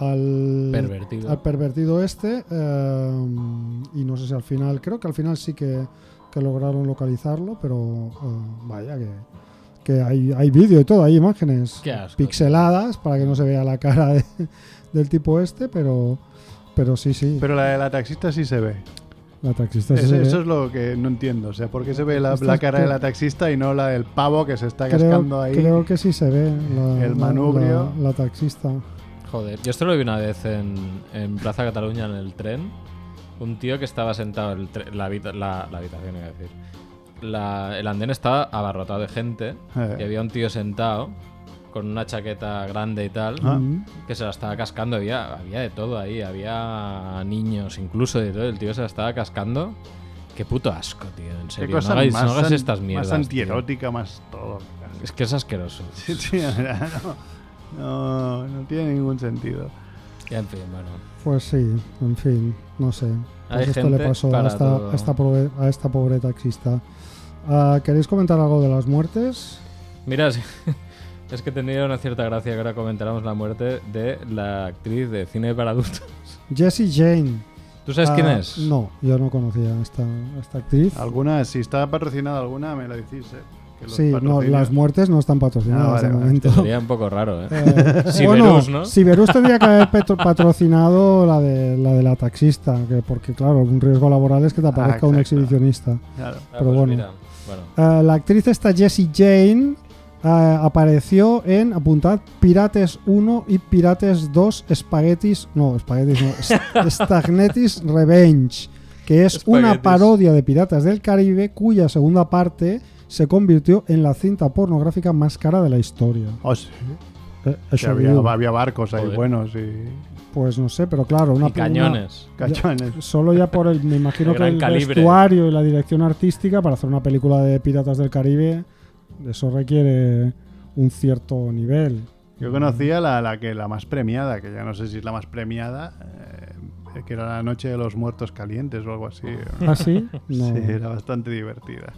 C: al
A: Pervertido.
C: al pervertido este eh, y no sé si al final creo que al final sí que, que lograron localizarlo pero eh, vaya que, que hay, hay vídeo y todo hay imágenes
A: Qué asco,
C: pues, pixeladas para que no se vea la cara de- del tipo este pero pero sí sí
B: Pero la de la taxista sí se ve.
C: la taxista
B: Ese-
C: se ve.
B: Eso es lo que no entiendo. O sea, ¿por qué se ve la,
C: Esto
B: la
C: es
B: cara
C: que-
B: de la taxista y no la del pavo que se está cascando
C: creo,
B: ahí?
C: creo que sí se ve la,
B: El
C: la-
B: manubrio.
C: la- la taxista
A: Joder, yo esto lo vi una vez en, en Plaza Cataluña en el tren. Un tío que estaba sentado, el tre- la, habita- la- la habitación, iba a decir. La- el andén estaba abarrotado de gente
B: Eh.
A: y había un tío sentado con una chaqueta grande y tal
B: Ah.
C: Mm.
A: que se la estaba cascando. Había, había de todo ahí, había niños incluso de todo. El tío se la estaba cascando. Qué puto asco, tío. En
B: Qué
A: serio, no
B: cosa
A: hagáis, no
B: más,
A: hagáis
B: an-
A: estas mierdas.
B: Más
A: tío.
B: antierótica, más todo.
A: Es que es asqueroso.
B: Sí, sí, o sea, no, no, no tiene ningún sentido.
A: Ya, en fin, bueno.
C: Pues sí, en fin, no sé. Pues
A: Hay
C: esto
A: gente
C: le pasó a
A: para
C: esta,
A: todo.
C: a esta pobre, a esta pobre taxista. Ah, ¿Queréis comentar algo de las muertes?
A: Mira, sí, es que tendría una cierta gracia que ahora comentáramos la muerte de la actriz de cine para adultos.
C: Jessie Jane.
A: ¿Tú sabes
C: Ah,
A: quién es?
C: No, yo no conocía a esta, a esta actriz.
B: Alguna, si está patrocinada alguna, me la decís. eh, Ah, que los
C: Sí, no,
B: patrocinios-
C: las muertes no están patrocinadas
B: Ah, vale,
C: de
B: vale.
C: momento.
A: Sería un poco raro, ¿eh?
C: Eh,
A: Siberús, ¿no?
C: Siberús tendría que haber petro- patrocinado la de, la de la taxista, que porque claro, un riesgo laboral es que te aparezca un
B: exacto.
C: exhibicionista.
B: Claro.
A: Ah,
C: pero bueno.
A: mira, bueno.
C: Eh, la actriz esta Jessie Jane eh, apareció en, apuntad, Pirates 1 y Pirates 2 Spaghettis, no, Spaghettis no, St- Stagnetis Revenge, que es una
A: Spaghettis.
C: parodia de Piratas del Caribe cuya segunda parte se convirtió en la cinta pornográfica más cara de la historia.
B: Oh, sí,
C: Eh,
B: que
C: eso
B: había,
C: digo.
B: había barcos ahí
A: Joder.
B: buenos y
C: Pues no sé, pero claro, una
A: y cañones.
C: una-
B: cachones.
C: Solo ya por el, me imagino
A: El
C: que
A: gran
C: el
A: calibre.
C: vestuario y la dirección artística para hacer una película de Piratas del Caribe, eso requiere un cierto nivel.
B: Yo conocía la, la que la más premiada, que ya no sé si es la más premiada, eh, que era la noche de los muertos calientes o algo así. ¿no?
C: ¿Ah, sí? No.
B: Sí, era bastante divertida.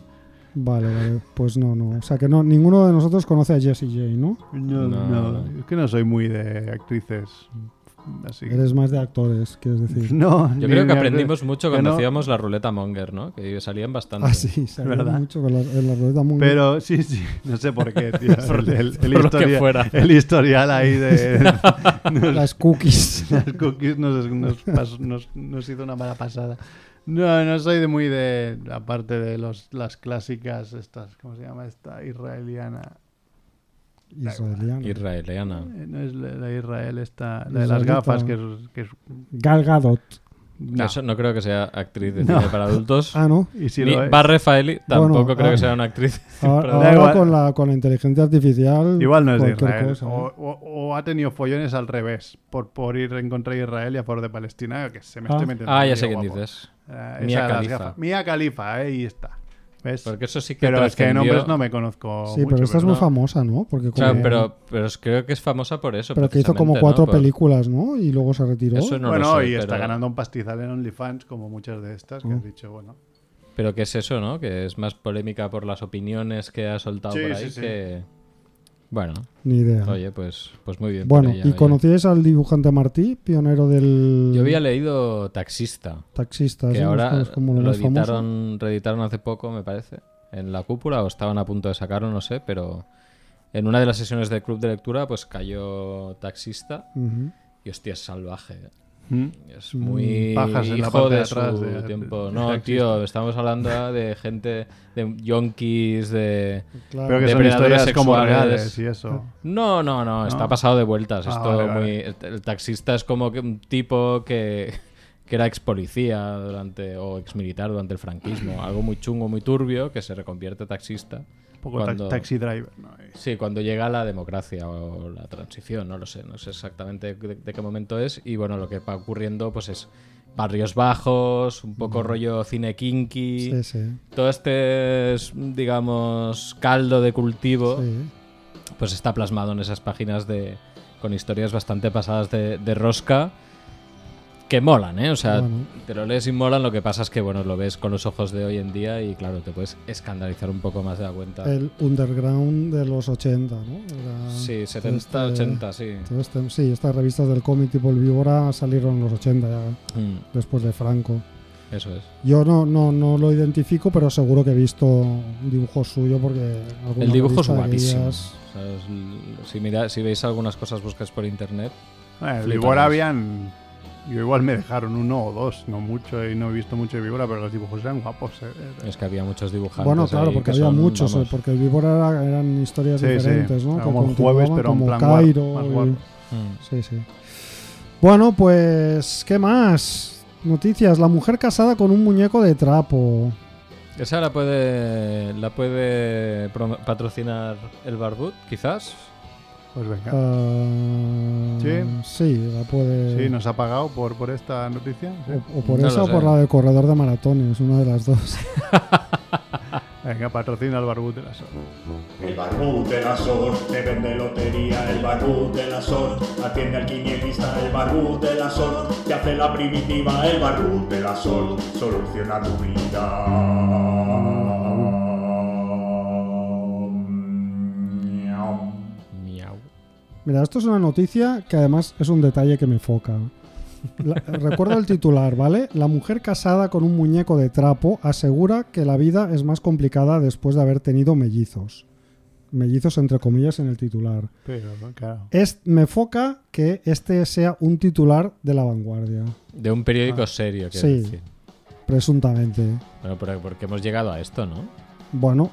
C: Vale, vale, pues no, no. O sea que no, ninguno de nosotros conoce a Jessie J, ¿no?
B: No,
A: No.
B: no, es que no soy muy de actrices. Así que-
C: Eres más de actores, quieres decir.
B: No,
A: Yo
B: ni-
A: creo que
B: ni-
A: aprendimos mucho
B: que
A: cuando
B: no.
A: hacíamos la ruleta Monger, ¿no? Que salían bastante.
C: Ah, sí, se habla
B: ¿Verdad?
C: mucho con la, en la ruleta mundial.
B: Pero sí, sí, no sé por qué, tío. El, el- el
A: por lo que
B: historia-
A: fuera.
B: el historial ahí de
C: Las cookies.
B: las cookies nos, nos pas- nos- nos hizo una mala pasada. No, no soy de muy de, aparte de los, las clásicas, estas, ¿cómo se llama esta? Israeliana. Mm.
C: Israeliana.
A: Israeliana.
B: Eh, No es la, la Israel esta, la de las
C: Israelita.
B: gafas, que es... que es-
C: Gal Gadot.
B: no.
A: Eso no creo que sea actriz de
B: No.
A: cine para adultos.
C: Ah, ¿no?
B: Y si
A: Ni
B: lo es-
A: Barre Faeli tampoco
C: Bueno,
A: creo
C: ah.
A: que sea una actriz.
C: Ahora,
B: Da igual.
C: ahora con, la, con la inteligencia artificial.
B: Igual no es de
C: cualquier
B: Israel.
C: cosa, ¿eh?
B: o, o- o ha tenido follones al revés, por, por ir en contra de Israel y a favor de Palestina, que se me
C: Ah.
B: estoy metiendo.
A: Ah, ya
B: tío,
A: sé quién
B: guapo.
A: dices.
B: Ah,
A: Mia
B: esa de las
A: Khalifa.
B: gafas. Mia Khalifa, ahí está. ¿Ves?
A: Porque eso sí que
B: pero es que
A: trascendió-
B: nombres no me conozco.
C: Sí,
B: mucho,
C: pero esta es muy
B: no.
C: famosa, ¿no? Porque como-
A: Claro, pero, pero es- creo que es famosa por eso.
C: pero que hizo como
A: precisamente,
C: cuatro
A: ¿no? Por-
C: películas, ¿no? Y luego se retiró.
A: Eso no lo
B: bueno,
A: sé,
B: y está
A: pero-
B: ganando un pastizal en OnlyFans, como muchas de estas que
C: Mm.
B: has dicho, bueno.
A: Pero que es eso, ¿no? Que es más polémica por las opiniones que ha soltado
B: Sí,
A: por ahí
B: sí, sí.
A: que, Bueno,
C: Ni idea.
A: oye, pues, pues muy bien. por
C: bueno,
A: ella,
C: ¿y
A: oye.
C: conocíais al dibujante Martí, pionero del
A: Yo había leído Taxista,
C: taxista?
A: que
C: ¿sí?
A: ahora
C: Es como lo
A: lo
C: más famoso.
A: editaron, reeditaron hace poco, me parece, en la cúpula, o estaban a punto de sacarlo, no sé, pero en una de las sesiones del club de lectura, pues cayó Taxista,
C: Ujú.
A: y hostia, es salvaje.
B: ¿Mm?
A: Es muy
B: Pajas en la
A: hijo
B: parte
A: de,
B: de atrás
A: su
B: de-
A: tiempo.
B: de
A: No,
B: taxista.
A: tío, estamos hablando ahora de gente, de yonkis, de...
C: Claro.
B: Pero que son
A: Depredadores
B: historias como
A: sexuales.
B: reales y eso.
A: No, no, no, está
B: ¿No?
A: pasado de vueltas.
B: Ah,
A: Esto
B: vale,
A: muy... El, el taxista es como que un tipo que, que era ex policía durante, o ex militar durante el franquismo. Algo muy chungo, muy turbio, que se reconvierte en taxista.
B: Un poco ta-
A: cuando-
B: taxi driver. ¿no? Y-
A: Sí, cuando llega la democracia o la transición, no lo sé, no sé exactamente de, de qué momento es. Y bueno, lo que va ocurriendo pues es barrios bajos, un poco
B: Mm.
A: rollo cine kinky,
C: Sí, sí,
A: todo este, es, digamos, caldo de cultivo,
C: sí.
A: pues está plasmado en esas páginas de con historias bastante pasadas de, de rosca que molan, ¿eh? O sea,
C: Bueno.
A: te lo lees y molan, lo que pasa es que, bueno, lo ves con los ojos de hoy en día y, claro, te puedes escandalizar un poco más de la cuenta.
C: El underground de los 80, ¿no? Era
A: Sí,
C: todo
A: 70,
C: este-
A: 80, sí.
C: todo este- sí, estas revistas del cómic tipo El Víbora salieron en los 80, ya,
A: Mm,
C: después de Franco.
A: eso es.
C: Yo no, no, no lo identifico, pero seguro que he visto dibujo suyo porque... alguna
A: El dibujo es
C: revista que
A: guapísimo.
C: ellas-
A: O sea, es l- si, mira, si veis algunas cosas, buscáis por internet.
B: Bueno, el
A: Flipados.
B: Víbora habían. Yo igual me dejaron uno o dos, no mucho, y no he visto mucho de Víbora, pero los dibujos eran guapos. eh, eh,
A: Es que había muchos dibujantes.
C: Bueno, claro,
A: ahí
C: porque
A: que
C: había
A: son,
C: muchos, eh,
A: vamos,
C: porque el Víbora era- eran historias
B: Sí, sí.
C: diferentes, ¿no?
B: Era
C: Que
B: como un jueves,
C: continuaban
B: pero en
C: como
B: plan guar-
C: Cairo.
B: más
C: y-
B: guarro.
A: mm.
C: Sí, sí. Bueno, pues, ¿qué más? Noticias. La mujer casada con un muñeco de trapo.
A: Esa la puede, la puede pro- patrocinar el Barbut, quizás.
B: Pues venga.
C: Ah,
B: Sí.
C: sí, la puede.
B: Sí, nos ha pagado por, por esta noticia. sí.
C: o, o por
A: No
C: esa
A: lo
C: o por
A: sé.
C: la del corredor de maratones, una de las dos.
B: Venga, patrocina al barbut de la Sor.
D: El barbud de la SOS te vende lotería, el barbud de la SOS atiende al quinietista, el barbud de la SOS te hace la primitiva, el barbud de la SOS soluciona tu vida.
A: Miau.
C: Mira, esto es una noticia que además es un detalle que me foca. La- recuerdo el titular, ¿vale? La mujer casada con un muñeco de trapo asegura que la vida es más complicada después de haber tenido mellizos. Mellizos entre comillas en el titular.
B: Pero, ¿no? claro.
C: Es, me foca que este sea un titular de la vanguardia,
A: De un periódico serio, quiero
C: Ah. sí.
A: decir.
C: presuntamente.
A: Bueno, pero porque hemos llegado a esto, ¿no?
C: Bueno,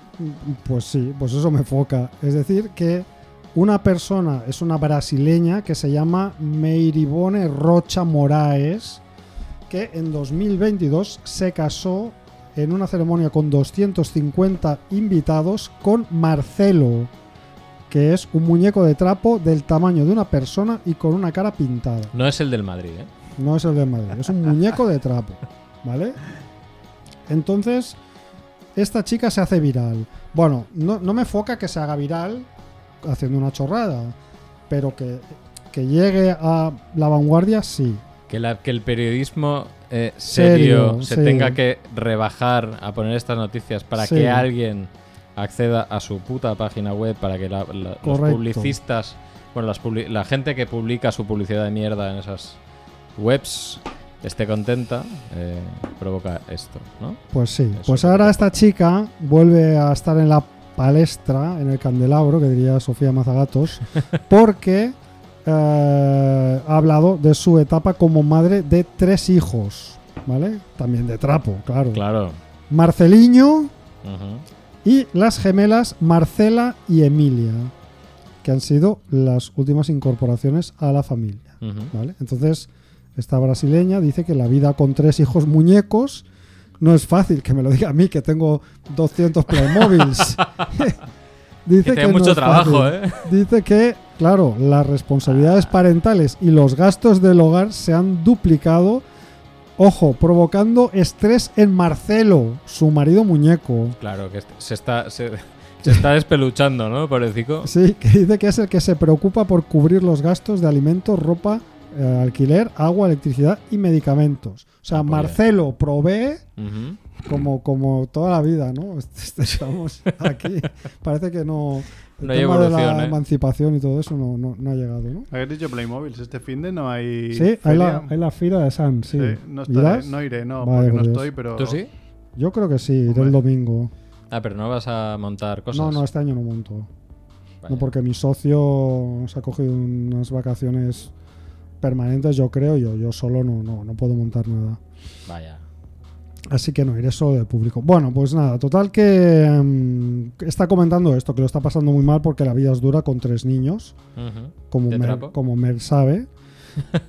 C: pues sí, pues eso me foca. Es decir, que una persona es una brasileña que se llama Meiribone Rocha Moraes, que en 2022 se casó en una ceremonia con 250 invitados con Marcelo, que es un muñeco de trapo del tamaño de una persona y con una cara pintada.
A: No es el del Madrid, ¿eh?
C: No es el de Madrid, es un muñeco de trapo, ¿vale? Entonces, esta chica se hace viral. Bueno, no, no me foca que se haga viral haciendo una chorrada, pero que, que llegue a la vanguardia, sí.
A: Que, la, que el periodismo eh, serio,
C: Serio,
A: se
C: sí.
A: tenga que rebajar a poner estas noticias para
C: Sí.
A: que alguien acceda a su puta página web, para que la- la- los
C: Correcto.
A: publicistas, bueno, las publi- la gente que publica su publicidad de mierda en esas webs esté contenta, eh, provoca esto, ¿no?
C: Pues sí.
A: Eso
C: pues
A: creo
C: ahora
A: que
C: esta chica vuelve a estar en la palestra, en el candelabro, que diría Sofía Mazagatos, porque eh, ha hablado de su etapa como madre de tres hijos, ¿vale? También de trapo, claro.
A: Claro.
C: Marceliño
A: Ujú.
C: y las gemelas Marcela y Emilia, que han sido las últimas incorporaciones a la familia.
A: Ujú.
C: ¿vale? Entonces, esta brasileña dice que la vida con tres hijos muñecos no es fácil, que me lo diga a mí, que tengo 200 Playmobiles. dice
A: Que
C: que
A: tiene
C: no
A: mucho
C: es
A: trabajo,
C: fácil.
A: ¿eh?
C: Dice que, claro, las
A: Ah.
C: responsabilidades parentales y los gastos del hogar se han duplicado, ojo, provocando estrés en Marcelo, su marido muñeco.
A: Claro, que este- se está, se, se está despeluchando, ¿no? Parecico.
C: Sí, que dice que es el que se preocupa por cubrir los gastos de alimentos, ropa eh, alquiler, agua, electricidad y medicamentos. O sea,
A: Ah, pues ya.
C: Marcelo provee
A: Ujú.
C: como, como toda la vida, ¿no? Este, Estamos aquí. Parece que no. El
A: No hay
C: tema de
A: evolución,
C: la
A: ¿eh?
C: emancipación y todo eso no, no, no ha llegado, ¿no?
B: Habéis dicho Playmobil, este fin de no
C: Sí,
B: hay.
C: hay,
B: feria?
C: la, hay la fira de San, sí.
B: Sí, no, estaré-
C: ¿Irás?
B: no iré, no, porque
C: Vale,
B: no
C: pues Dios.
B: estoy, pero.
A: ¿Tú sí?
C: Yo creo que sí, iré
B: Hombre.
C: el domingo.
A: Ah, pero no vas a montar cosas.
C: No, no, este año no monto.
A: Vaya.
C: No, porque mi socio se ha cogido unas vacaciones permanentes, yo creo, yo, yo solo no, no, no puedo montar nada.
A: Vaya.
C: Así que no, iré solo de público. Bueno, pues nada, total que mm, está comentando esto, que lo está pasando muy mal porque la vida es dura con tres niños,
A: Ujú.
C: como,
A: ¿De
C: Mer,
A: trapo?
C: como Mer sabe.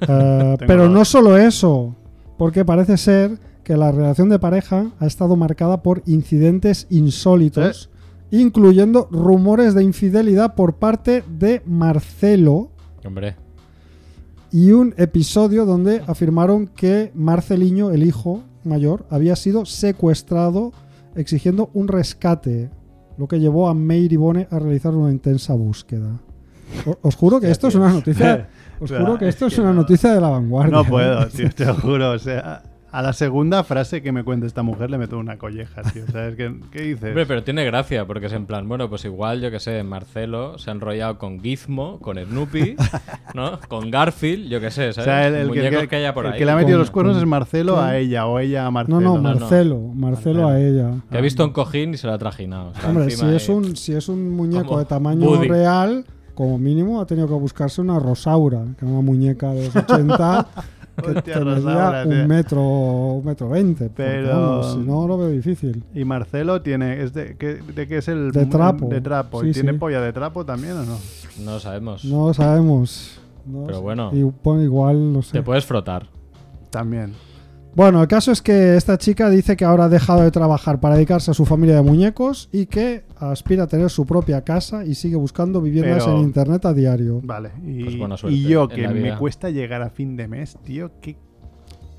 C: Eh, pero
B: dos.
C: no solo eso, porque parece ser que la relación de pareja ha estado marcada por incidentes insólitos, incluyendo rumores de infidelidad por parte de Marcelo
A: Hombre.
C: y un episodio donde afirmaron que Marceliño, el hijo mayor, había sido secuestrado exigiendo un rescate, lo que llevó a May Ribone a realizar una intensa búsqueda. O- Os juro que esto es una noticia. Os
B: O sea,
C: juro que
B: es
C: esto es
B: que
C: una
B: no-
C: noticia de la vanguardia. ¿eh?
B: No puedo, tío, te lo juro. O sea, a la segunda frase que me cuente esta mujer le meto una colleja, tío. ¿Sabes qué, qué dices?
A: Hombre, pero tiene gracia, porque es en plan, bueno, pues igual, yo que sé, Marcelo se ha enrollado con Gizmo, con Snoopy, ¿no? Con Garfield, yo que sé,
B: o
A: ¿sabes?
B: sea, el, el que,
A: Muñecos que,
B: el
A: haya por
B: el
A: ahí.
B: que le ha metido los
C: Con-
B: cuernos
C: con-
B: es Marcelo
C: ¿Quién?
B: a ella o ella a Marcelo.
C: No, no,
A: no.
C: Marcelo, Marcelo a ella.
A: Que ha
B: Ah.
A: visto un cojín y se lo ha trajinado. Está
C: Hombre, si
A: encima
C: es,
A: ahí.
C: un, si es un muñeco
A: Como
C: de tamaño
A: Woody.
C: real, como mínimo ha tenido que buscarse una Rosaura, que era una muñeca de los 80 que,
B: Hostia,
C: que medía
B: Rosaura, tío.
C: un metro, un metro veinte. porque,
B: Pero-
C: vamos, si no, lo veo difícil.
B: Y Marcelo tiene. Es de, ¿qué, de qué es el.?
C: De trapo.
B: De trapo.
C: Sí,
B: ¿Y tiene
C: sí.
B: polla de trapo también o no?
A: No lo sabemos.
C: No lo sabemos. No
A: Pero
C: sé.
A: bueno.
C: Y pone igual, no sé.
A: Te puedes frotar.
B: También.
C: Bueno, el caso es que esta chica dice que ahora ha dejado de trabajar para dedicarse a su familia de muñecos y que aspira a tener su propia casa y sigue buscando viviendas
B: Pero-
C: en internet a diario.
B: Vale. Y,
A: Pues buena
B: y
A: suerte
B: yo,
A: en
B: que
A: la
B: me
A: vida.
B: cuesta llegar a fin de mes, tío. ¿qué,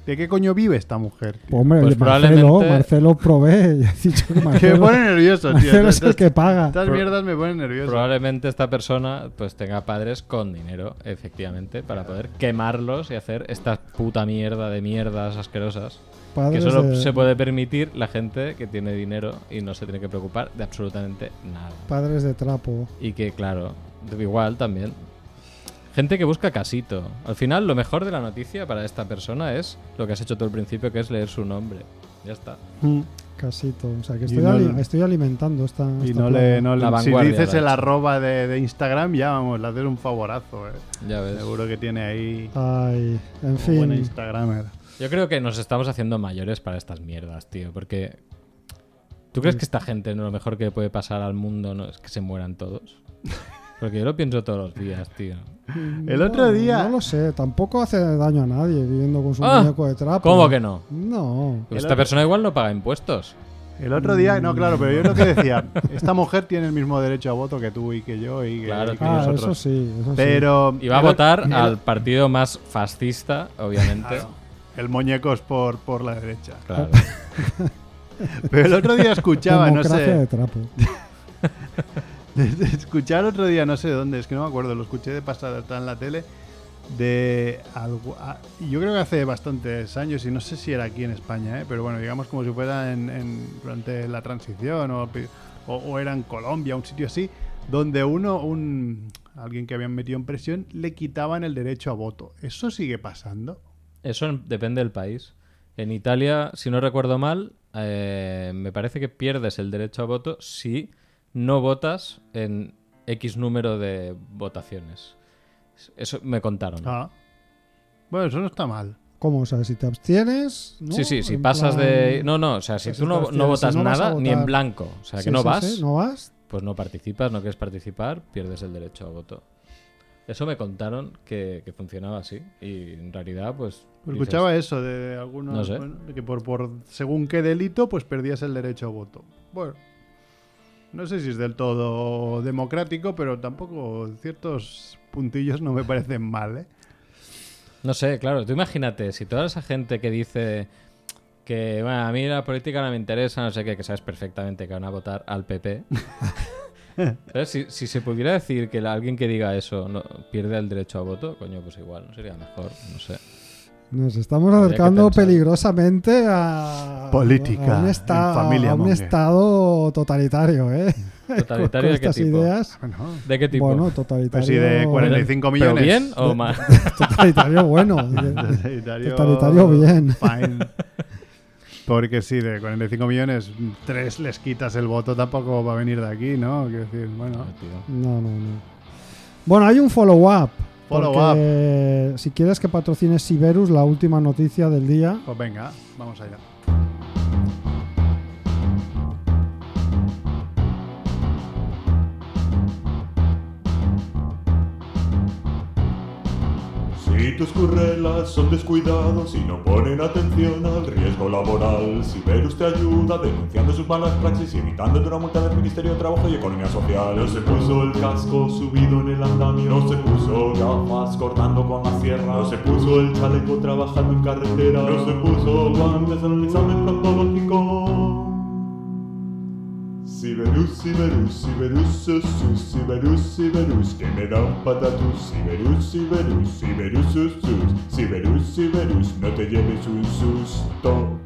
B: ¿De qué coño vive esta mujer? tío?
C: Hombre,
A: Pues
C: Marcelo,
A: probablemente-
C: Marcelo provee. Ya he dicho que
B: Que me
C: Marcelo,
B: pone nervioso, tío.
C: Marcelo es el
B: Estas-
C: que paga.
B: Estas
A: Pro-
B: mierdas me ponen nervioso.
A: Probablemente esta persona pues tenga padres con dinero, efectivamente, para poder quemarlos y hacer esta puta mierda de mierdas asquerosas. Que
C: Padres
A: solo
C: de-
A: se puede permitir la gente que tiene dinero y no se tiene que preocupar de absolutamente nada.
C: Padres de trapo.
A: Y que, claro, igual también. Gente que busca casito. Al final, lo mejor de la noticia para esta persona es lo que has hecho tú al principio, que es leer su nombre. Ya está.
B: Mm.
C: Casito. O sea, que
B: Y
C: estoy,
B: no
C: ali-
B: le-
C: estoy alimentando esta.
B: Y
C: esta
B: no
C: plaga.
B: le, no le-
A: La
B: si
A: vanguardia
B: dices
A: la
B: el
A: ha hecho.
B: arroba de, de Instagram, ya vamos, le haces un favorazo. eh.
A: Ya ves.
B: Seguro que tiene ahí
C: Ay, en
B: un buen
C: fin.
B: Instagramer.
A: Yo creo que nos estamos haciendo mayores para estas mierdas, tío. Porque. ¿Tú
B: Mm.
A: crees que esta gente no, lo mejor que puede pasar al mundo no es que se mueran todos? Porque yo lo pienso todos los días, tío.
B: El otro día-
C: No lo sé, tampoco hace daño a nadie viviendo con su
A: Ah,
C: muñeco de trapo.
B: pues,
A: ¿Cómo que no?
C: No.
A: Esta
B: otro-
A: persona igual no paga impuestos.
B: El otro día, no, claro, pero yo lo que decía, esta mujer tiene el mismo derecho a voto que tú y que yo y que,
A: Claro,
B: y que
A: tío.
C: Ah, eso
B: nosotros.
C: sí. Eso sí.
B: Pero.
A: Y va a
B: el-
A: votar
B: el-
A: al partido más fascista, obviamente.
B: Claro, el muñecos por, por la derecha.
A: Claro.
B: Pero el otro día escuchaba, no
C: Democracia de
B: sé.
C: trapo.
B: Escuchaba el otro día, no sé dónde, es que no me acuerdo, lo escuché de pasada, está en la tele. De algo. a- yo creo que hace bastantes años, y no sé si era aquí en España, ¿eh? pero bueno, digamos como si fuera en, en- durante la transición o, pi- o- o era en Colombia, un sitio así, donde uno, un alguien que habían metido en presión, le quitaban el derecho a voto. ¿Eso sigue pasando?
A: Eso en- depende del país. En Italia, si no recuerdo mal, eh, me parece que pierdes el derecho a voto si no votas en X número de votaciones. Eso me contaron.
B: Ah. Bueno, eso no está mal.
C: ¿Cómo? O sea, si te abstienes. ¿no?
A: Sí, sí, si
C: En
A: pasas
C: plan-
A: de... No, no, o sea, si
C: Pues
A: tú no,
C: entonces,
A: no
C: si
A: votas
C: no vas a
A: nada, ni en
C: votar-
A: blanco, o sea,
C: Sí,
A: que no
C: sí,
A: vas,
C: sí, ¿No vas?
A: pues no participas, no quieres participar, pierdes el derecho a voto. Eso me contaron que, que funcionaba así. Y en realidad, pues... dices,
B: Escuchaba eso de algunos
A: No sé.
B: bueno, de que por, por según qué delito pues perdías el derecho a voto. Bueno, no sé si es del todo democrático, pero tampoco ciertos puntillos no me parecen mal, ¿eh?
A: No sé, claro, tú imagínate, si toda esa gente que dice que bueno, a mí la política no me interesa, no sé qué, que sabes perfectamente que van a votar al PP, ¿Sabes? Si, si se pudiera decir que la- alguien que diga eso no, pierde el derecho a voto, coño, pues igual, sería mejor, no sé.
C: Nos estamos
A: Habría que
C: acercando
A: pensar.
C: peligrosamente a.
B: Política
C: a un,
B: en
C: esta-
B: familia
C: a un
B: Monge.
C: estado totalitario, ¿eh?
A: ¿Totalitario de qué
C: estas
A: tipo?
C: ideas.
B: Bueno,
A: ¿De qué tipo?
C: Bueno,
B: pues
C: totalitario.
B: si de 45
A: ¿Pero
B: millones.
A: bien o
C: De-
A: mal?
C: Totalitario bueno.
B: Totalitario,
C: Totalitario Pues bien.
B: fine. Porque si de 45 millones, tres les quitas el voto, tampoco va a venir de aquí, ¿no? Quiero decir, bueno.
C: No, no, no. Bueno, hay un follow-up.
B: Follow
C: porque Si quieres que patrocine Siberus, la última noticia del día.
B: Pues venga, vamos allá.
D: Si tus currelas son descuidados y no ponen atención al riesgo laboral, Siberus te ayuda denunciando sus malas praxis y evitándote una multa del Ministerio de Trabajo y Economía Social. No se puso el casco subido en el andamio, no se puso gafas cortando con la sierra, no se puso el chaleco trabajando en carretera, no se puso guantes en el examen proctológico. Siberus, Siberus, Siberus, Susu, Siberus, Siberus, que me da un patatus. Siberus, Siberus, Siberus, Susus, Siberus, Siberus, no te lleves un susto.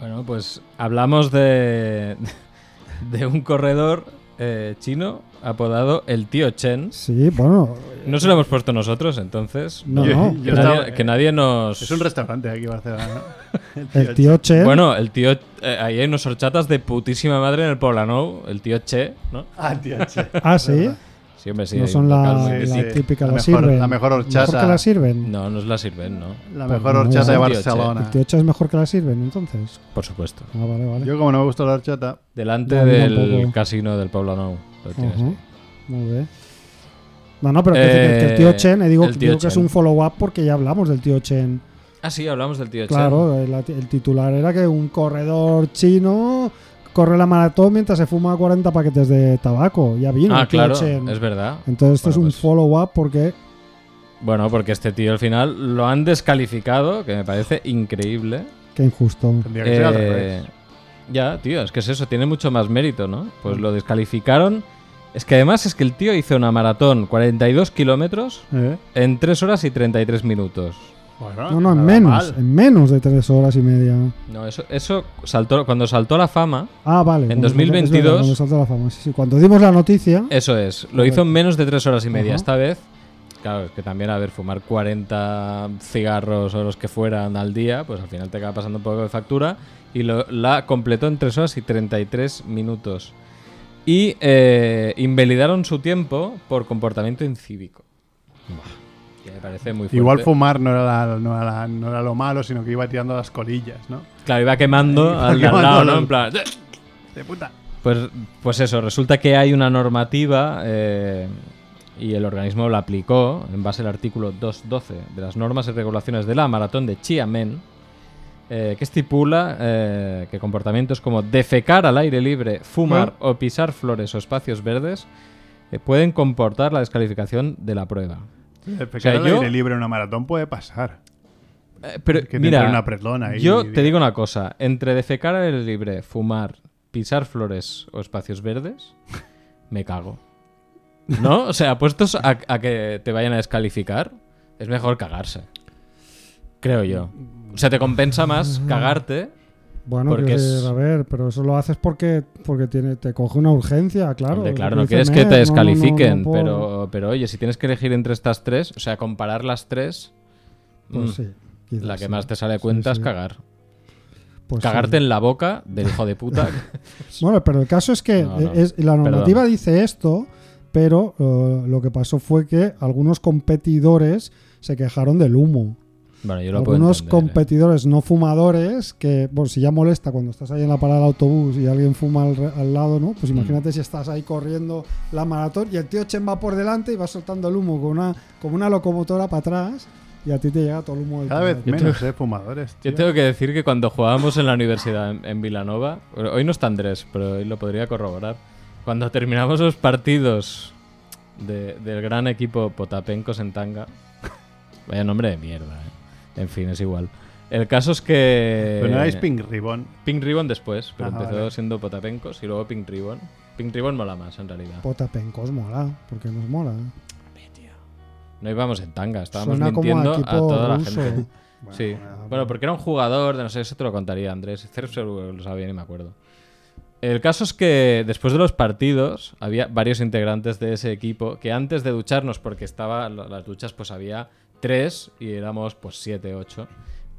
A: Bueno, pues hablamos de, de un corredor eh, chino apodado el tío Chen.
C: Sí, bueno.
A: No se lo hemos puesto nosotros, entonces.
C: No,
B: Yo-
C: no.
A: Que,
B: yo
A: nadie,
B: estaba-
A: que nadie nos...
B: Es un restaurante aquí en Barcelona. ¿no?
C: El tío Che.
A: Bueno, el tío... eh, ahí hay unos horchatas de putísima madre en el Poblenou, el tío Che, ¿no?
B: Ah, tío Che.
C: ah, sí.
A: Sí, hombre, sí.
C: no
A: hay
C: son
A: un local
C: la,
A: muy-
B: sí,
C: la
B: sí.
C: típica,
B: La
C: la,
B: mejor-
C: sirven.
B: la mejor horchata.
C: Mejor que la sirven.
A: No, nos la sirven, ¿no?
B: La
C: Pues
B: mejor
C: no,
B: horchata de
A: el tío Che.
B: Barcelona.
C: El tío Che es mejor que la sirven, entonces.
A: Por supuesto.
C: Ah, vale, vale.
B: Yo como no me gusta la horchata,
A: Delante
C: No,
A: del
C: tampoco.
A: casino del Pueblo Nou. Lo tienes
C: Ujú.
A: ahí.
C: Muy bien. No, no, pero que- que, que el tío
A: Eh,
C: Chen, le digo,
A: el tío
C: digo que es
A: Chen.
C: un follow-up porque ya hablamos del tío Chen.
A: Ah, sí, hablamos del tío Chen.
C: Claro, el, el titular era que un corredor chino corre la maratón mientras se fuma 40 paquetes de tabaco. Ya vino
A: Ah,
C: el tío
A: claro,
C: Chen.
A: es verdad.
C: Entonces esto
A: Bueno,
C: es
A: pues-
C: un follow-up porque
A: Bueno, porque este tío al final lo han descalificado, que me parece increíble.
C: qué injusto.
B: tendría que ser al
A: Eh,
B: revés.
A: ya, tío, es que es eso, tiene mucho más mérito, ¿no? Pues lo descalificaron. Es que además es que el tío hizo una maratón 42 kilómetros
B: ¿Eh?
A: en 3 horas y 33 minutos.
B: Bueno,
C: No, no, en
B: Ah, nada
C: menos,
B: mal.
C: en menos de tres horas y media.
A: No, eso, eso saltó, cuando saltó a la fama,
C: Ah, vale.
A: En
C: cuando- es verdad,
A: 2022.
C: cuando saltó la fama, sí, sí. Cuando dimos la noticia,
A: Eso es, lo
C: Correcto.
A: hizo en menos de tres horas y media.
C: Ajá.
A: Esta vez, claro, es que también, a ver, fumar 40 cigarros o los que fueran al día, pues al final te acaba pasando un poco de factura. Y lo- la completó en tres horas y 33 minutos. Y eh, invalidaron su tiempo por comportamiento incívico. Buah, que me parece muy fuerte.
B: Igual fumar no era, la- no, era la- no era lo malo, sino que iba tirando las colillas, ¿no?
A: Claro, iba quemando
B: Iba
A: al de al lado,
B: quemando
A: ¿no?
B: al-
A: En plan, "Eh,
B: De puta.
A: Pues, pues eso, resulta que hay una normativa eh, y el organismo la aplicó en base al artículo 212 de las normas y regulaciones de la maratón de Chiamen, eh, que estipula eh, que comportamientos como defecar al aire libre, fumar o pisar flores o espacios verdes eh, pueden comportar la descalificación de la prueba.
B: El pecar
A: sea,
B: al
A: yo-
B: aire libre en una maratón puede pasar.
A: Eh, pero
B: Que te
A: mira,
B: entre una pretlona ahí
A: yo
B: y
A: te
B: diga-
A: digo una cosa, entre defecar al aire libre, fumar, pisar flores o espacios verdes, me cago. ¿No? O sea, apuestos a, a que te vayan a descalificar, es mejor cagarse. Creo yo. O sea, te compensa más cagarte.
C: bueno,
A: Porque
C: quiero
A: es-
C: decir, a ver, pero eso lo haces porque porque tiene, te coge una urgencia, claro.
A: Hombre,
C: es lo
A: claro, no
C: dice
A: quieres que te
C: Mer, no, no, no, no
A: descalifiquen,
C: por-
A: pero, pero oye, si tienes que elegir entre estas tres, o sea, comparar las tres, mm,
C: Pues sí, quizás
A: la que
C: sí.
A: más te sale a cuenta
C: sí.
A: es cagar.
C: Pues
A: Cagarte
C: sí.
A: en la boca del hijo de puta.
C: Bueno, pero el caso es que
A: No, no.
C: eh, es- la normativa
A: Perdón.
C: dice esto, pero eh, lo que pasó fue que algunos competidores se quejaron del humo.
A: Bueno, yo lo puedo
C: Algunos
A: entender, ¿eh?
C: competidores no fumadores que, bueno, si ya molesta cuando estás ahí en la parada de autobús y alguien fuma al, re- al lado, ¿no?
A: Mm.
C: Pues imagínate si estás ahí corriendo la maratón y el tío Chen va por delante y va soltando el humo con una, como una locomotora para atrás y a ti te llega todo el humo del
B: Cada vez
C: tabaco.
B: menos, ¿eh? Fumadores.
A: Yo
B: tío.
A: tengo que decir que cuando jugábamos en la universidad en, en Vilanova, hoy no está Andrés, pero hoy lo podría corroborar. Cuando terminamos los partidos de- del gran equipo Potapencos en tanga, vaya nombre de mierda, ¿eh? en fin, es igual. El caso es que.
B: Pero no erais Pink Ribbon.
A: Pink Ribbon después, pero
B: Ah,
A: empezó
B: vale.
A: siendo Potapencos y luego Pink Ribbon. Pink Ribbon mola más, en realidad.
C: Potapencos mola, porque nos mola. ¿eh?
A: No íbamos en tanga, estábamos
C: Suena como a
A: mintiendo a,
C: equipo
A: toda
C: ruso.
A: la gente.
B: Bueno,
A: sí.
C: bueno.
A: Bueno, porque era un jugador, de no sé, eso te lo contaría Andrés. Cerf seguro que lo sabía, ni me acuerdo. El caso es que después de los partidos había varios integrantes de ese equipo que antes de ducharnos, porque estaba la- las duchas, pues había tres y éramos pues siete, ocho.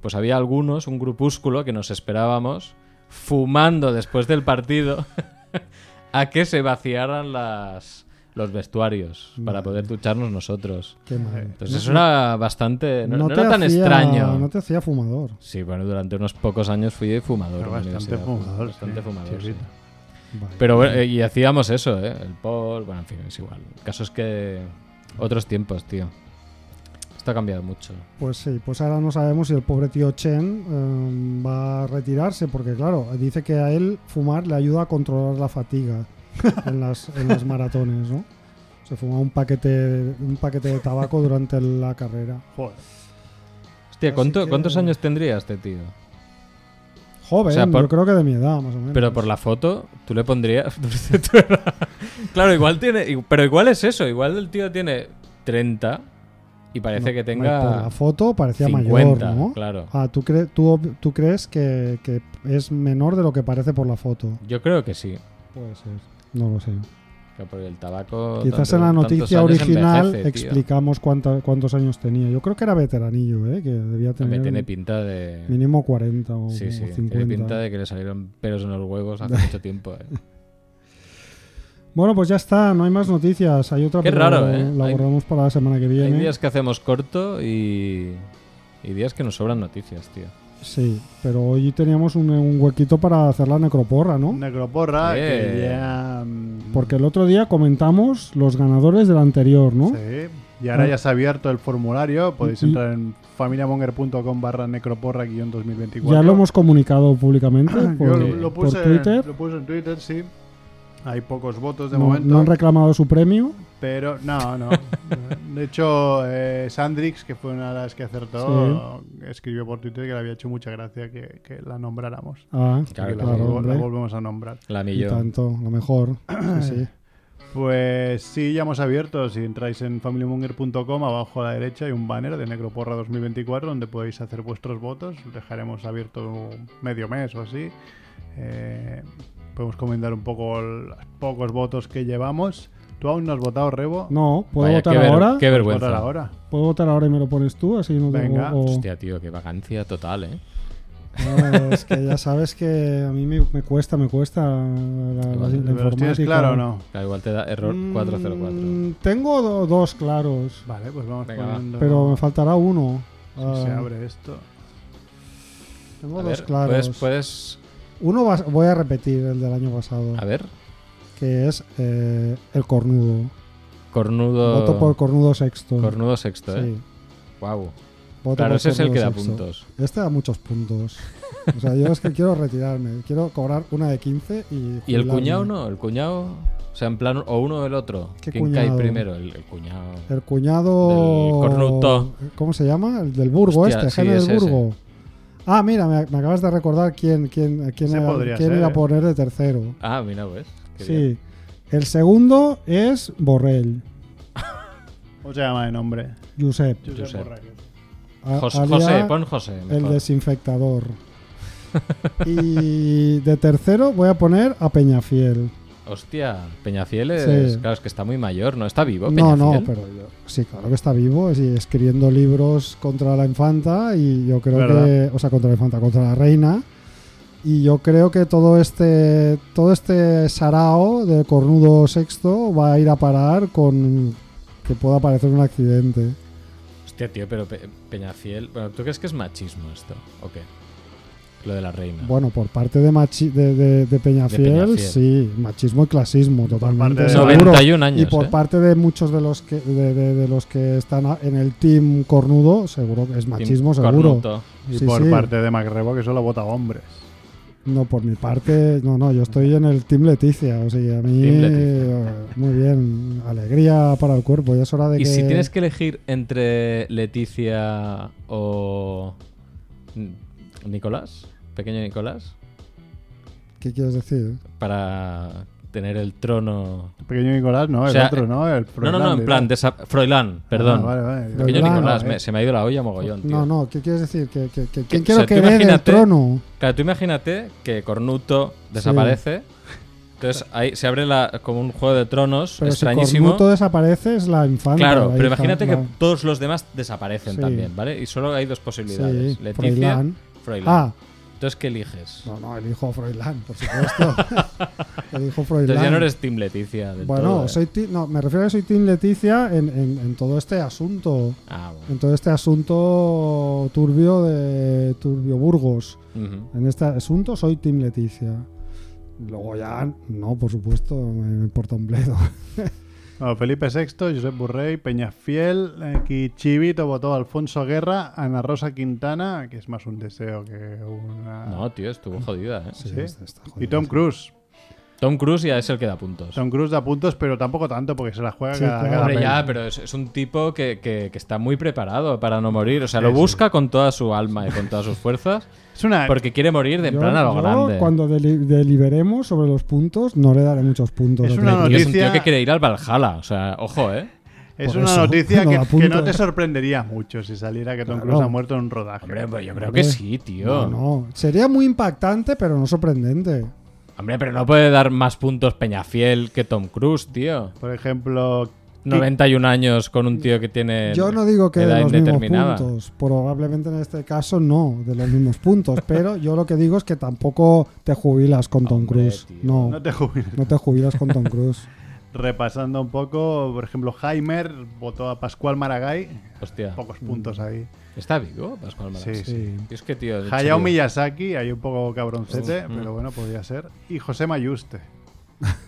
A: Pues había algunos, un grupúsculo que nos esperábamos fumando después del partido a que se vaciaran las, los vestuarios para poder ducharnos nosotros.
C: Qué mal.
A: Entonces eso era bastante... No, no
C: Eh, te
A: era tan
C: hacía-
A: extraño.
C: No te hacía fumador.
A: Sí, bueno, durante unos pocos años fui fumador.
B: Era
A: en la
B: bastante
A: universidad.
B: fumador.
A: Bastante
B: sí,
A: fumador,
B: sí,
A: sí.
B: sí.
C: Vale.
A: Pero bueno, eh, y hacíamos eso, ¿eh? El pol, bueno, en fin, es igual. El caso es que... Otros tiempos, tío. Esto ha cambiado mucho.
C: Pues sí, pues ahora no sabemos si el pobre tío Chen em, va a retirarse, porque claro, dice que a él fumar le ayuda a controlar la fatiga en las, en las maratones, ¿no? Se fuma un paquete, un paquete de tabaco durante la carrera.
B: Joder.
A: Hostia,
C: Así
A: ¿cuánto-
C: Ah, que-
A: ¿cuántos años tendría este tío?
C: Joven,
A: O sea, por-
C: yo creo que de mi edad, más o menos.
A: Pero por la foto, tú le pondrías... tú le- claro, igual tiene... i- Pero igual es eso, igual el tío tiene 30 y parece
C: No,
A: que
C: Por la
A: tenga...
C: foto parecía
A: 50,
C: mayor, ¿no?
A: claro.
C: Ah, ¿tú, cre- tú, ob- tú crees que, que es menor de lo que parece por la foto?
A: Yo creo que sí.
C: Puede ser. No lo sé.
A: Que por el tabaco...
C: Quizás
A: tanto-
C: en la
A: tantos
C: noticia
A: años
C: original
A: envejece, tío.
C: explicamos cuánta- cuántos años tenía. Yo creo que era veteranillo, ¿eh? que debía
A: También tiene
C: tener
A: pinta de...
C: mínimo 40 o,
A: Sí,
C: o
A: sí,
C: 50.
A: tiene pinta de que le salieron pelos en los huevos hace mucho tiempo. eh.
C: Bueno, pues ya está, no hay más noticias. Hay otra,
A: Qué
C: pero
A: raro, ¿eh?
C: la
A: Hay-
C: guardamos para la semana que
A: Hay
C: viene.
A: días que hacemos corto y, y días que nos sobran noticias, tío.
C: Sí, pero hoy teníamos un, un huequito para hacer la necroporra, ¿no?
B: Necroporra, que
A: Bien.
B: ya. mm,
C: Porque el otro día comentamos los ganadores del anterior, ¿no?
B: Sí. Y ahora
C: Ah.
B: ya se ha abierto el formulario. Podéis
C: Y-
B: entrar en familiamonger.com barra necroporra-2024.
C: Ya lo hemos comunicado públicamente
B: Yo
C: por,
B: lo, lo
C: por
B: puse,
C: Twitter.
B: lo puse en Twitter, sí. Hay pocos votos de
C: No-
B: momento.
C: no han reclamado su premio.
B: Pero no, no. De hecho, eh, Sandrix, que fue una de las que acertó, escribió por Twitter que le había hecho mucha gracia que, que la nombráramos.
C: Ah,
A: Claro,
B: Que la,
A: claro,
B: vol- la
C: hombre.
B: volvemos a nombrar.
A: La
C: Y
A: millón.
C: tanto, lo mejor. Sí, sí.
B: Pues sí, ya hemos abierto. Si entráis en familymonger.com, abajo a la derecha hay un banner de Necroporra 2024 donde podéis hacer vuestros votos. Dejaremos abierto medio mes o así. Eh, podemos comentar un poco el- los pocos votos que llevamos. ¿Tú aún no has votado, Rebo?
C: No, ¿puedo
A: Vaya,
C: votar
A: qué ver-
C: ahora?
A: Qué
B: ¿Puedes votar
A: vergüenza.
B: ahora?
C: ¿Puedo votar ahora y me lo pones tú? Así no tengo-
B: Venga.
C: o-
A: Hostia, tío, qué vacancia total, ¿eh?
C: No, es que ya sabes que a mí me, me cuesta, me cuesta la, la- la
A: Vale,
B: ¿Pero ¿Los tienes
C: informática.
B: claro o no?
A: Claro, igual te da error
C: Mm,
A: 404.
C: tengo do- dos claros,
B: Vale, pues vamos
A: Venga, va.
B: poniendo.
C: pero me faltará uno.
B: si se
C: Ah,
B: abre esto.
C: tengo
A: A
C: dos
A: ver,
C: claros.
A: puedes, puedes-
C: Uno va- voy a repetir el del año pasado,
A: A ver,
C: que es eh, el cornudo.
A: cornudo.
C: Voto por cornudo sexto.
A: Cornudo sexto, ¿eh?
C: Sí,
A: Guau.
C: voto
A: Claro,
C: por
A: ese es el
C: cornudo
A: que da
C: sexto.
A: puntos.
C: Este da muchos puntos. O sea, yo es que quiero retirarme. Quiero cobrar una de 15 y.
A: ¿Y el
C: jubilarme.
A: cuñado no? ¿El cuñado? O sea, en plan, o uno o el otro.
C: ¿Qué
A: ¿Quién cae
C: cuñado?
A: primero? El, el cuñado.
C: El cuñado.
A: Del cornuto.
C: ¿Cómo se llama? El del Burgo,
A: Hostia,
C: este,
A: sí,
C: Jaime
A: ese,
C: del
A: ese.
C: Burgo. Ah, mira, me, me acabas de recordar quién, quién, quién,
B: Ese
C: era-
B: podría
C: quién
B: ser,
C: iba
B: eh.
C: a poner de tercero.
A: Ah, mira, pues. qué bien.
C: sí. El segundo es Borrell,
B: ¿Cómo se llama de nombre?
C: Josep.
A: Josep.
C: a-
A: Jos-
C: alias
A: José, pon José.
C: El
A: mejor.
C: desinfectador. y de tercero voy a poner a Peñafiel.
A: Hostia, Peñafiel es.
C: Sí.
A: Claro, es que está muy mayor, ¿no? Está vivo,
C: No,
A: Peñafiel.
C: no, pero yo- sí, claro que está vivo, sí, escribiendo libros contra la infanta y yo creo
B: ¿Verdad?
C: que, o sea, contra la infanta, contra la reina. Y yo creo que todo este todo este sarao de cornudo sexto va a ir a parar con que pueda aparecer un accidente.
A: Hostia, tío, pero Pe- Peñafiel. Bueno, ¿tú crees que es machismo esto? ¿O qué? Lo de la reina.
C: Bueno, por parte de, machi- de, de- de Peñafiel,
A: Ah. Peñafiel.
C: sí, machismo y clasismo totalmente.
A: Pues
B: parte de-
C: seguro.
A: 91 años.
C: y por
A: ¿eh?
C: parte de muchos de los que de, de- de los que están a- en el team cornudo, seguro que es machismo,
A: Tim
C: seguro.
A: Cornuto.
B: Y
C: Sí,
B: por
C: sí.
B: parte de MacRebo, que solo vota hombres.
C: No, por mi parte, no, no, yo estoy en el Team Leticia, o sea, a mí
A: Team
C: eh, muy bien, alegría para el cuerpo, ya es hora de
A: Y
C: que
A: si tienes que elegir entre Leticia o. N- Nicolás, pequeño Nicolás,
C: ¿Qué quieres decir?
A: para tener el trono.
B: Pequeño Nicolás, no,
A: O sea,
B: el otro, ¿no? El
A: no, no, no, en
B: Froilán,
A: plan,
B: ¿no?
A: de esa- Froilán, perdón.
B: Ah, vale, vale.
A: Pequeño
C: Froilán,
A: Nicolás,
B: eh.
A: me- se me ha ido la olla mogollón, tío.
C: Pues No, no, ¿qué quieres decir? Que, que, que- ¿Quién
A: o
C: quiero
A: sea, tú
C: que herede el
A: imagínate-
C: trono?
A: Claro, tú imagínate que Cornuto desaparece. Entonces ahí se abre la, como un juego de tronos
C: Pero si
A: extrañísimo.
C: Cornuto desaparece es la infanta.
A: Claro,
C: la
A: pero
C: hija,
A: imagínate que
C: la-
A: todos los demás desaparecen
C: Sí.
A: también, ¿vale? Y solo hay dos posibilidades.
C: Sí,
A: Leticia,
C: Froilán.
A: Froilán.
C: Ah,
A: Entonces, ¿qué eliges?
C: no, no, el hijo Froilán, por supuesto. el hijo Froilán.
A: Entonces ya no eres Team Leticia del
C: bueno,
A: todo, ¿eh?
C: soy ti- no, me refiero a que soy Team Leticia en, en- en todo este asunto.
A: Ah, bueno.
C: En todo este asunto turbio de Turbio Burgos.
A: Ujú.
C: En este asunto soy Team Leticia. Luego ya, no, por supuesto, me, me importa un bledo.
B: Bueno, Felipe VI, Josep Burrey, Peñafiel, aquí Chibi, Tobotó, Alfonso Guerra, Ana Rosa Quintana, que es más un deseo que una...
A: No, tío, estuvo jodida, ¿eh?
B: Sí.
C: está- está
B: y
C: jodido.
B: Tom Cruise.
A: Tom Cruise ya es el que da puntos.
B: Tom Cruise da puntos, pero tampoco tanto porque se la juega
C: Sí,
B: cada,
C: claro.
B: cada
A: Hombre,
B: peli.
A: ya, pero es, es un tipo que, que- que está muy preparado para no morir. O sea,
B: Sí,
A: lo
B: sí.
A: busca con toda su alma y con todas sus fuerzas
B: Es una...
A: porque quiere morir de en
C: Yo-
A: plan a lo
C: yo,
A: grande.
C: Cuando deli- deliberemos sobre los puntos, no le daré muchos puntos.
B: Es
C: a
B: una
C: Felipe.
A: Y es un tío
B: Noticia-
A: que quiere ir al Valhalla. O sea, ojo, ¿eh?
B: Es
C: Por
B: una
C: eso,
B: noticia
C: no
B: que,
C: da
B: que
C: punto,
B: no
C: eh.
B: te sorprendería mucho si saliera que Tom
C: Claro.
B: Cruise ha muerto en un rodaje.
A: Hombre, pues yo creo
C: Hombre.
A: que sí, tío.
C: No, no. Sería muy impactante, pero no sorprendente.
A: Hombre, pero no puede dar más puntos Peñafiel que Tom Cruise, tío.
B: Por ejemplo,
A: 91 años con un tío que tiene
C: Yo no digo que
A: edad
C: de los mismos
A: indeterminada.
C: puntos. Probablemente en este caso no, de los mismos puntos. pero yo lo que digo es que tampoco te jubilas con Tom
A: Hombre,
C: Cruise.
A: tío.
C: No,
B: no te jubiles.
C: no te jubilas con Tom Cruise.
B: Repasando un poco, por ejemplo, Heimer votó a Pascual Maragall,
A: Hostia.
B: pocos puntos ahí.
A: ¿Está vivo Pascual Maragall?
B: Sí, sí.
C: Sí.
A: Es que, tío. de
B: Hayao
A: hecho,
B: Miyazaki, ahí un poco cabroncete, pero bueno, podría ser. Y José Mayuste.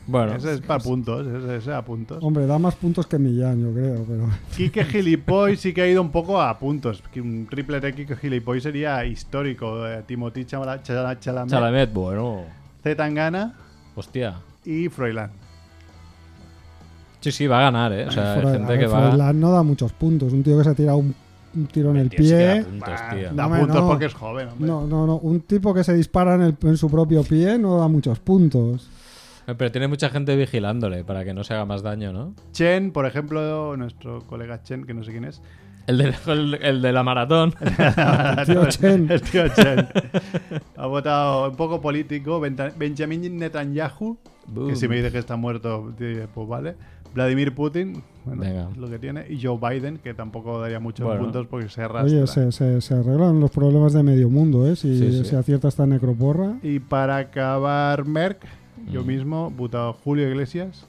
A: Bueno,
B: Ese es para puntos, ese, ese a puntos.
C: Hombre, da más puntos que Millán, yo creo. Pero
B: Quique Gilipoy sí que ha ido un poco a puntos. Que Un triple de Quique Gilipoy sería histórico. Eh, Timothy Chamala- Chala- Chalamet,
A: Chalamet, bueno.
B: C. Tangana
A: Hostia.
B: y Froilán.
A: Sí, sí, va a ganar, ¿eh? O sea, hay
C: Froilán- a
A: gente
C: ver,
A: que va.
C: Froilán no da muchos puntos. Un tío que se ha tirado un, un tiro en el
A: Tío, sí que
C: pie.
A: da puntos,
B: Bah,
A: tío.
B: Da
C: Hombre,
B: puntos
C: no.
B: porque es joven, hombre.
C: No, no, no. Un tipo que se dispara en, el- en su propio pie no da muchos puntos.
A: Pero tiene mucha gente vigilándole para que no se haga más daño, ¿no?
B: Chen, por ejemplo, nuestro colega Chen, que no sé quién es.
A: El de, el, el de la maratón.
C: El tío Chen.
B: El tío Chen. ha votado un poco político. Benta- Benjamin Netanyahu,
A: Boom.
B: que si me dice que está muerto, tío, pues vale. Vladimir Putin, bueno,
A: Venga.
B: lo que tiene. Y Joe Biden, que tampoco daría muchos
A: Bueno.
B: puntos porque se arrastra.
C: Oye, se, se- se arreglan los problemas de medio mundo, ¿eh? Si
A: Sí, sí.
C: se acierta esta necroporra.
B: Y para acabar, Merck, yo
A: Mm.
B: mismo, votado Julio Iglesias,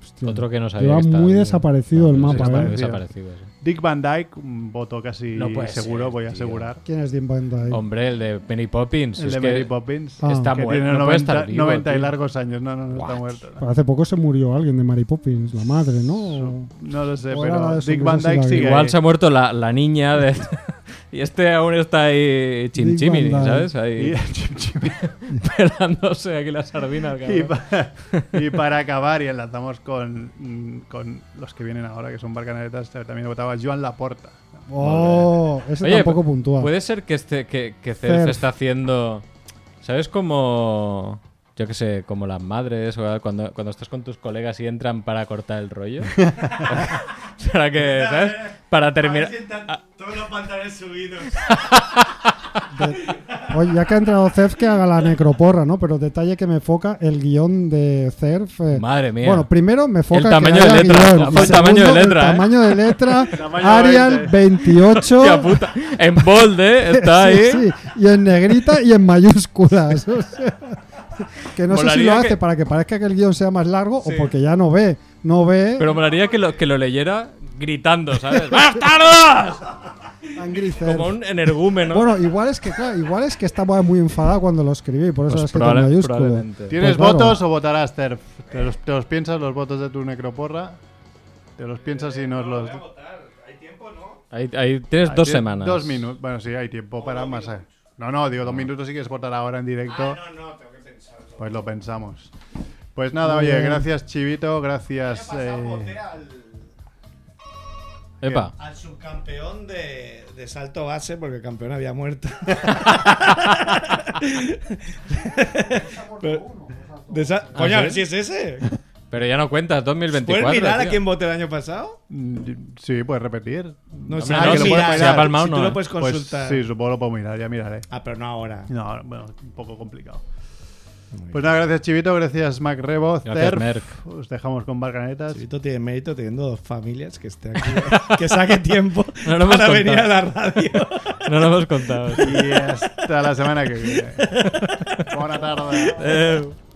C: Hostia,
A: Otro que no sabía.
C: Lleva
A: que estaba
C: muy
A: vivo.
C: desaparecido el
A: No,
C: mapa,
A: está
B: ¿eh?
A: desaparecido, sí.
B: Dick Van Dyke, un voto casi
A: No puede
B: seguro,
A: ser,
B: voy a
A: tío.
B: asegurar.
C: ¿Quién es Dean Van Dyke?
A: Hombre, el de Penny Poppins.
B: El
A: es
B: de
A: que
B: Mary Poppins,
C: Ah.
A: Está
B: que
A: muerto.
B: tiene
A: no puede
B: 90,
A: estar vivo,
B: 90 y
A: tío.
B: largos años. No, no, no está
A: What?
B: muerto.
C: Hace poco se murió alguien de Mary Poppins, la madre, ¿no? O-
B: No lo sé,
C: O era la
B: pero
C: de
B: Dick
C: Sonrisas
B: Van
C: y la
B: Dyke
C: vida.
B: sigue.
A: Igual
B: ahí.
A: se ha muerto la, la niña de... y este aún está ahí chimchimini,
C: Dick Van Dyke.
A: ¿sabes? Ahí
B: Y,
A: pelándose aquí las sardinas.
B: y
A: cabrón.
B: pa- y para acabar, y enlazamos con, mm, con los que vienen ahora, que son barcanetas, también votaba Joan Laporta.
C: Oh, ese
A: Oye,
C: tampoco puntúa.
A: Puede ser que este que, que Cerf
C: Cerf.
A: está haciendo... ¿Sabes cómo...? Yo qué sé, como las madres, o cuando, cuando estás con tus colegas y entran para cortar el rollo. para que, ¿sabes? Para terminar...
E: todos los pantalones subidos.
C: Oye, ya que ha entrado Cerf, que haga la necroporra, ¿no? Pero detalle que me foca el guión de Cerf. eh,
A: Madre mía.
C: Bueno, primero me foca
A: El
C: que
A: tamaño de
C: haya
A: letra,
C: guión,
A: ojo,
C: y
A: el tamaño de letra,
C: El
A: ¿eh?
C: tamaño de letra.
B: Tamaño
C: Arial 28.
A: Hostia puta. En bolde está ahí.
C: Sí, sí, y en negrita y en mayúsculas. o sea, que no sé si lo
A: Molaría
C: hace
A: que-
C: para que parezca que el guión sea más largo
A: Sí.
C: o porque ya no ve. No ve.
A: Pero molaría que lo, que lo leyera gritando, ¿sabes? ¡Bastardos!
C: Angry Cerf.
A: Como un energúmeno.
C: Bueno, igual es que, claro, igual es que estaba muy enfadado cuando lo escribí, por
A: Pues
C: eso lo he escrito
A: probable-
C: en mayúsculas.
A: probablemente.
B: ¿Tienes
C: Pues claro.
B: votos o votarás, Terf? ¿Te los, te los piensas los votos de tu necroporra? ¿Te los piensas y nos los.?
E: Hay tiempo, ¿no?
A: Ahí, ahí tienes dos
B: Tien-
A: semanas.
B: Dos minutos. Bueno, sí, hay tiempo para más. eh. No, no, digo dos minutos si quieres votar ahora en directo.
E: No, Ah, no, tengo que pensarlo.
B: Pues lo pensamos. Pues nada, oye,
C: bien.
B: gracias Chivito, gracias. eh,
E: voté al,
A: Epa.
E: al subcampeón de, de salto base porque el campeón había muerto. Pero- De sa-
A: ¿Ah,
E: Coño, a ver si
A: sí?
E: es ese.
A: Pero ya no cuentas, 2024.
E: ¿Puedes mirar a
A: tío.
E: quién voté el año pasado?
B: Mm, Sí, puedes repetir.
E: No sé,
A: Ah,
E: no,
A: que lo
E: si
A: puedes
E: da-
A: mirar.
E: si
A: ha palmado,
E: tú
A: no,
E: lo
A: eh.
E: puedes
B: Pues
E: consultar.
B: sí, supongo lo puedo mirar, ya miraré.
E: Ah, pero no ahora.
B: No, bueno, un poco complicado. Pues nada, gracias Chivito, gracias Mac Rebo,
A: Gracias,
B: Cerf.
A: Merck.
B: Os dejamos con Barcanetas.
E: Chivito tiene mérito teniendo dos familias que esté aquí, que saque tiempo
A: No lo hemos
E: para venir
A: contado.
E: a la radio.
A: No lo hemos contado.
B: Y hasta la semana que viene. Buena tarde.
A: Eh.